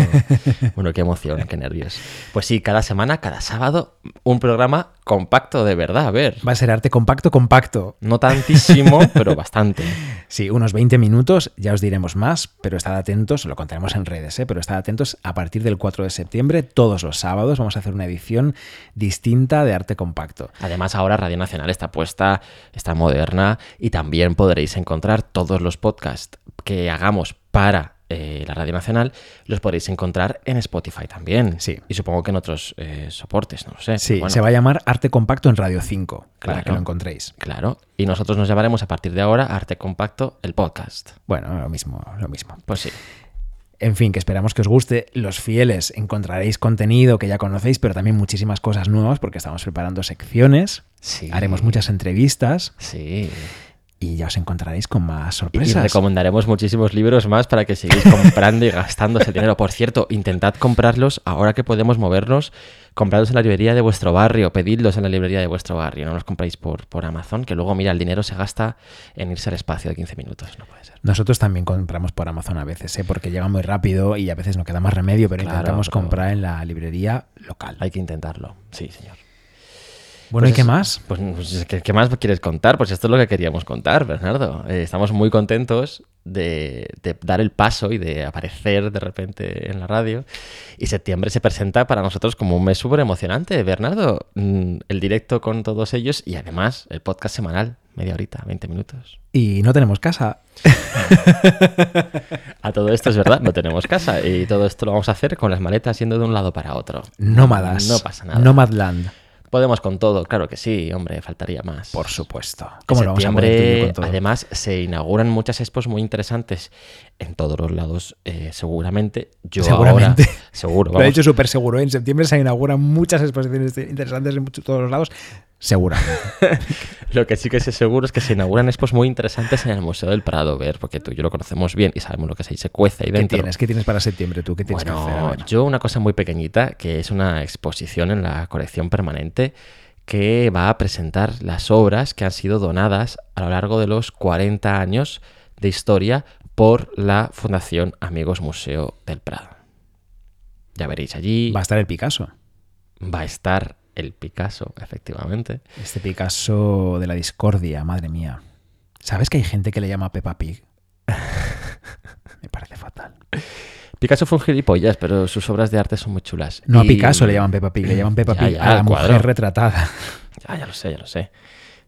[SPEAKER 2] Bueno, qué emoción, qué nervios. Pues sí, cada semana, cada sábado, un programa compacto de verdad, a ver.
[SPEAKER 3] Va a ser arte compacto, compacto.
[SPEAKER 2] No tantísimo, pero bastante.
[SPEAKER 3] Sí, unos 20 minutos, ya os diremos más, pero estad atentos, lo contaremos en redes, ¿eh? pero estad atentos a partir del 4 de septiembre, todos los sábados, vamos a hacer una edición distinta de arte compacto.
[SPEAKER 2] Además, ahora Radio Nacional está puesta, está moderna y también podréis encontrar todos los podcasts que hagamos para eh, la Radio Nacional, los podréis encontrar en Spotify también.
[SPEAKER 3] Sí.
[SPEAKER 2] Y supongo que en otros eh, soportes, no lo sé.
[SPEAKER 3] Sí,
[SPEAKER 2] Bueno,
[SPEAKER 3] se va a llamar Arte Compacto en Radio 5, para
[SPEAKER 2] Claro.
[SPEAKER 3] que lo encontréis.
[SPEAKER 2] Claro. Y nosotros nos llamaremos a partir de ahora Arte Compacto el podcast.
[SPEAKER 3] Bueno, lo mismo, lo mismo.
[SPEAKER 2] Pues sí.
[SPEAKER 3] En fin, que esperamos que os guste. Los fieles encontraréis contenido que ya conocéis, pero también muchísimas cosas nuevas porque estamos preparando secciones,
[SPEAKER 2] Sí.
[SPEAKER 3] haremos muchas entrevistas.
[SPEAKER 2] Sí.
[SPEAKER 3] y ya os encontraréis con
[SPEAKER 2] Y-
[SPEAKER 3] más
[SPEAKER 2] Y
[SPEAKER 3] sorpresas.
[SPEAKER 2] recomendaremos muchísimos libros más para que sigáis comprando y gastando ese dinero. Por cierto, intentad comprarlos ahora que podemos movernos. Compradlos en la librería de vuestro barrio, pedidlos en la librería de vuestro barrio. No los compráis por, por Amazon, que luego, mira, el dinero se gasta en irse al espacio de 15 minutos. No puede ser.
[SPEAKER 3] Nosotros también compramos por Amazon a veces, ¿eh? porque llega muy rápido y a veces no queda más remedio, pero
[SPEAKER 2] Claro,
[SPEAKER 3] intentamos
[SPEAKER 2] pero-
[SPEAKER 3] comprar en la librería local.
[SPEAKER 2] Hay que intentarlo. Sí, señor.
[SPEAKER 3] bueno,
[SPEAKER 2] Pues
[SPEAKER 3] ¿y qué
[SPEAKER 2] es-
[SPEAKER 3] más?
[SPEAKER 2] Pues, pues, ¿qué, qué más quieres contar? Pues esto es lo que queríamos contar, Bernardo. Eh, estamos muy contentos de, de dar el paso y de aparecer de repente en la radio. Y septiembre se presenta para nosotros como un mes súper emocionante, Bernardo. Mm, El directo con todos ellos y además el podcast semanal, media horita, 20 minutos.
[SPEAKER 3] Y no tenemos casa.
[SPEAKER 2] A todo esto es verdad, no tenemos casa y todo esto lo vamos a hacer con las maletas yendo de un lado para otro.
[SPEAKER 3] Nómadas.
[SPEAKER 2] No pasa nada.
[SPEAKER 3] Nomadland,
[SPEAKER 2] Podemos con todo, claro que sí, hombre, faltaría más.
[SPEAKER 3] por supuesto.
[SPEAKER 2] En
[SPEAKER 3] ¿Cómo lo vamos a poner tú y yo
[SPEAKER 2] septiembre,
[SPEAKER 3] con todo?
[SPEAKER 2] además, se inauguran muchas expos muy interesantes en todos los lados, eh, seguramente. Yo
[SPEAKER 3] Seguramente.
[SPEAKER 2] ahora- seguro,
[SPEAKER 3] lo he
[SPEAKER 2] vamos.
[SPEAKER 3] dicho súper seguro. ¿eh? En septiembre se inauguran muchas exposiciones interesantes en muchos- todos los lados. Segura.
[SPEAKER 2] Lo que sí que sé seguro es que se inauguran expos muy interesantes en el Museo del Prado, ver, porque tú y yo lo conocemos bien y sabemos lo que se ahí se cuece ahí
[SPEAKER 3] ¿Qué
[SPEAKER 2] dentro.
[SPEAKER 3] tienes? ¿Qué tienes para septiembre tú? ¿Qué tienes que hacer? A
[SPEAKER 2] Bueno,
[SPEAKER 3] ver.
[SPEAKER 2] yo una cosa muy pequeñita, que es una exposición en la colección permanente que va a presentar las obras que han sido donadas a lo largo de los 40 años de historia por la Fundación Amigos Museo del Prado. Ya veréis allí.
[SPEAKER 3] Va a estar el Picasso.
[SPEAKER 2] Va a estar el Picasso, efectivamente.
[SPEAKER 3] Este Picasso de la discordia, madre mía. ¿Sabes que hay gente que le llama Peppa Pig? Me parece fatal.
[SPEAKER 2] Picasso fue un gilipollas, pero sus obras de arte son muy chulas.
[SPEAKER 3] No
[SPEAKER 2] Y-
[SPEAKER 3] a Picasso le llaman Peppa Pig, le llaman Peppa
[SPEAKER 2] Ya,
[SPEAKER 3] Pig
[SPEAKER 2] ya,
[SPEAKER 3] a la
[SPEAKER 2] al cuadro.
[SPEAKER 3] mujer retratada.
[SPEAKER 2] Ah, ya lo sé, ya lo sé.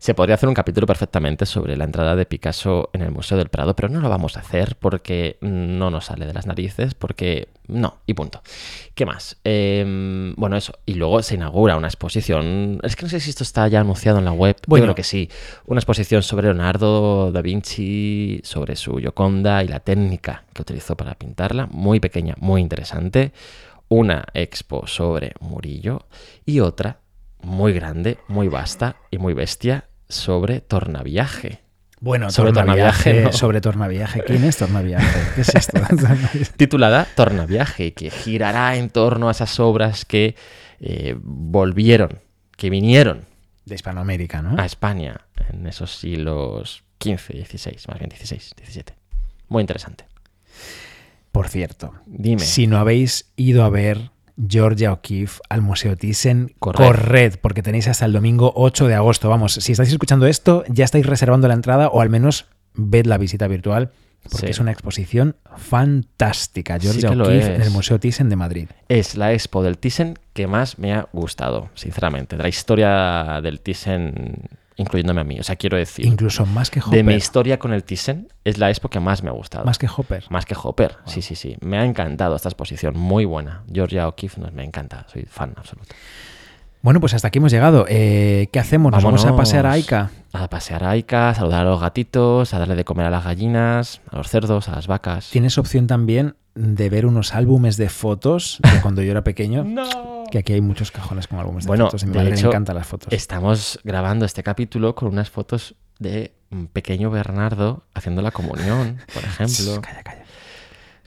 [SPEAKER 2] Se podría hacer un capítulo perfectamente sobre la entrada de Picasso en el Museo del Prado, pero no lo vamos a hacer porque no nos sale de las narices, porque no, y punto. ¿Qué más? Eh, bueno, eso. Y luego se inaugura una exposición. Es que no sé si esto está ya anunciado en la web.
[SPEAKER 3] Bueno.
[SPEAKER 2] Yo creo que sí. Una exposición sobre Leonardo da Vinci, sobre su Gioconda y la técnica que utilizó para pintarla. Muy pequeña, muy interesante. Una expo sobre Murillo y otra muy grande, muy vasta y muy bestia sobre Tornaviaje.
[SPEAKER 3] Bueno,
[SPEAKER 2] Sobre
[SPEAKER 3] tornaviaje.
[SPEAKER 2] tornaviaje, ¿no?
[SPEAKER 3] Sobre tornaviaje. ¿Quién es tornaviaje? ¿Qué es esto?
[SPEAKER 2] titulada Tornaviaje, que girará en torno a esas obras que eh, volvieron, que vinieron
[SPEAKER 3] de Hispanoamérica, ¿no?
[SPEAKER 2] a España en esos siglos XV, XVI, más bien XVI, XVII. Muy interesante.
[SPEAKER 3] Por cierto,
[SPEAKER 2] Dime.
[SPEAKER 3] si no habéis ido a ver Georgia O'Keeffe al Museo Thyssen,
[SPEAKER 2] Corred.
[SPEAKER 3] corred. porque tenéis hasta el domingo 8 de agosto. Vamos, si estáis escuchando esto, ya estáis reservando la entrada o al menos ved la visita virtual, porque
[SPEAKER 2] Sí.
[SPEAKER 3] es una exposición fantástica.
[SPEAKER 2] Sí
[SPEAKER 3] Georgia
[SPEAKER 2] que lo
[SPEAKER 3] O'Keeffe en
[SPEAKER 2] es.
[SPEAKER 3] el Museo Thyssen de Madrid.
[SPEAKER 2] Es la expo del Thyssen que más me ha gustado, sinceramente. De la historia del Thyssen, incluyéndome a mí. O sea, quiero decir,
[SPEAKER 3] Incluso más que
[SPEAKER 2] de mi
[SPEAKER 3] Hopper.
[SPEAKER 2] historia con el Thyssen, es la expo que más me ha gustado.
[SPEAKER 3] Más que Hopper.
[SPEAKER 2] Más que Hopper, sí, sí, sí. Me ha encantado esta exposición, muy buena. Georgia O'Keeffe nos me encanta, soy fan absoluto.
[SPEAKER 3] Bueno, pues hasta aquí hemos llegado. Eh, ¿Qué hacemos? ¿Nos vamos a
[SPEAKER 2] Vámonos
[SPEAKER 3] pasear a Aika?
[SPEAKER 2] A pasear a Ica, a saludar a los gatitos, a darle de comer a las gallinas, a los cerdos, a las vacas.
[SPEAKER 3] Tienes opción también de ver unos álbumes de fotos de cuando yo era pequeño. Que aquí hay muchos cajones con álbumes de
[SPEAKER 2] Bueno,
[SPEAKER 3] fotos. A mi
[SPEAKER 2] de
[SPEAKER 3] madre
[SPEAKER 2] hecho,
[SPEAKER 3] le encantan las fotos.
[SPEAKER 2] Estamos grabando este capítulo con unas fotos de un pequeño Bernardo haciendo la comunión, por ejemplo,
[SPEAKER 3] Calla, calla.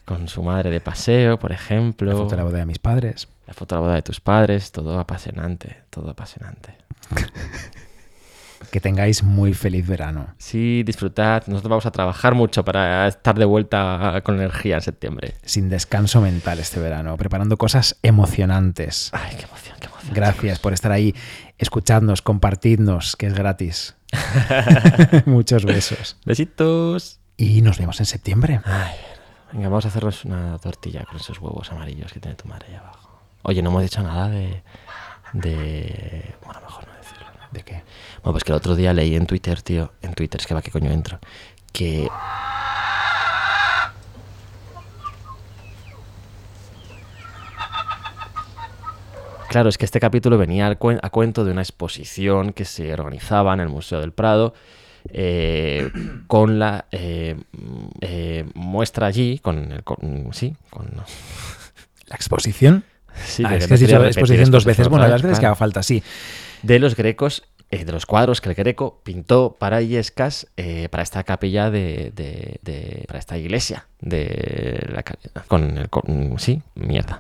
[SPEAKER 2] con su madre de paseo, por ejemplo,
[SPEAKER 3] La foto de la boda de mis padres.
[SPEAKER 2] la foto de la boda de tus padres, todo apasionante, todo apasionante.
[SPEAKER 3] Que tengáis muy feliz verano.
[SPEAKER 2] Sí, disfrutad. Nosotros vamos a trabajar mucho para estar de vuelta con energía en septiembre.
[SPEAKER 3] Sin descanso mental este verano. Preparando cosas emocionantes.
[SPEAKER 2] Ay, qué emoción, qué emoción.
[SPEAKER 3] Gracias por estar ahí. Escuchadnos, compartidnos, que es gratis. Muchos besos.
[SPEAKER 2] Besitos.
[SPEAKER 3] Y nos vemos en septiembre.
[SPEAKER 2] Ay, venga, vamos a hacernos una tortilla con esos huevos amarillos que tiene tu madre ahí abajo. Oye, no hemos dicho nada de. de. Bueno, mejor no decirlo. ¿no?
[SPEAKER 3] ¿De qué?
[SPEAKER 2] Bueno, pues que el otro día leí en Twitter, tío. En Twitter, es que va, que coño entro. Que. Claro, es que este capítulo venía al cuen- a cuento de una exposición que se organizaba en el Museo del Prado eh, con la eh, mm, eh, muestra allí, con el... con- sí, con...
[SPEAKER 3] ¿La exposición?
[SPEAKER 2] sí,
[SPEAKER 3] Ah,
[SPEAKER 2] que
[SPEAKER 3] es que
[SPEAKER 2] no
[SPEAKER 3] has
[SPEAKER 2] quería
[SPEAKER 3] dicho
[SPEAKER 2] repetir
[SPEAKER 3] exposición dos
[SPEAKER 2] exposición,
[SPEAKER 3] veces. Bueno,
[SPEAKER 2] ¿sabes?
[SPEAKER 3] las veces que
[SPEAKER 2] Claro
[SPEAKER 3] haga falta, sí.
[SPEAKER 2] de los grecos, eh, de los cuadros que el greco pintó para Illescas, eh, para esta capilla de, de- de- para esta iglesia de la ca- con el co- mm, sí, mierda.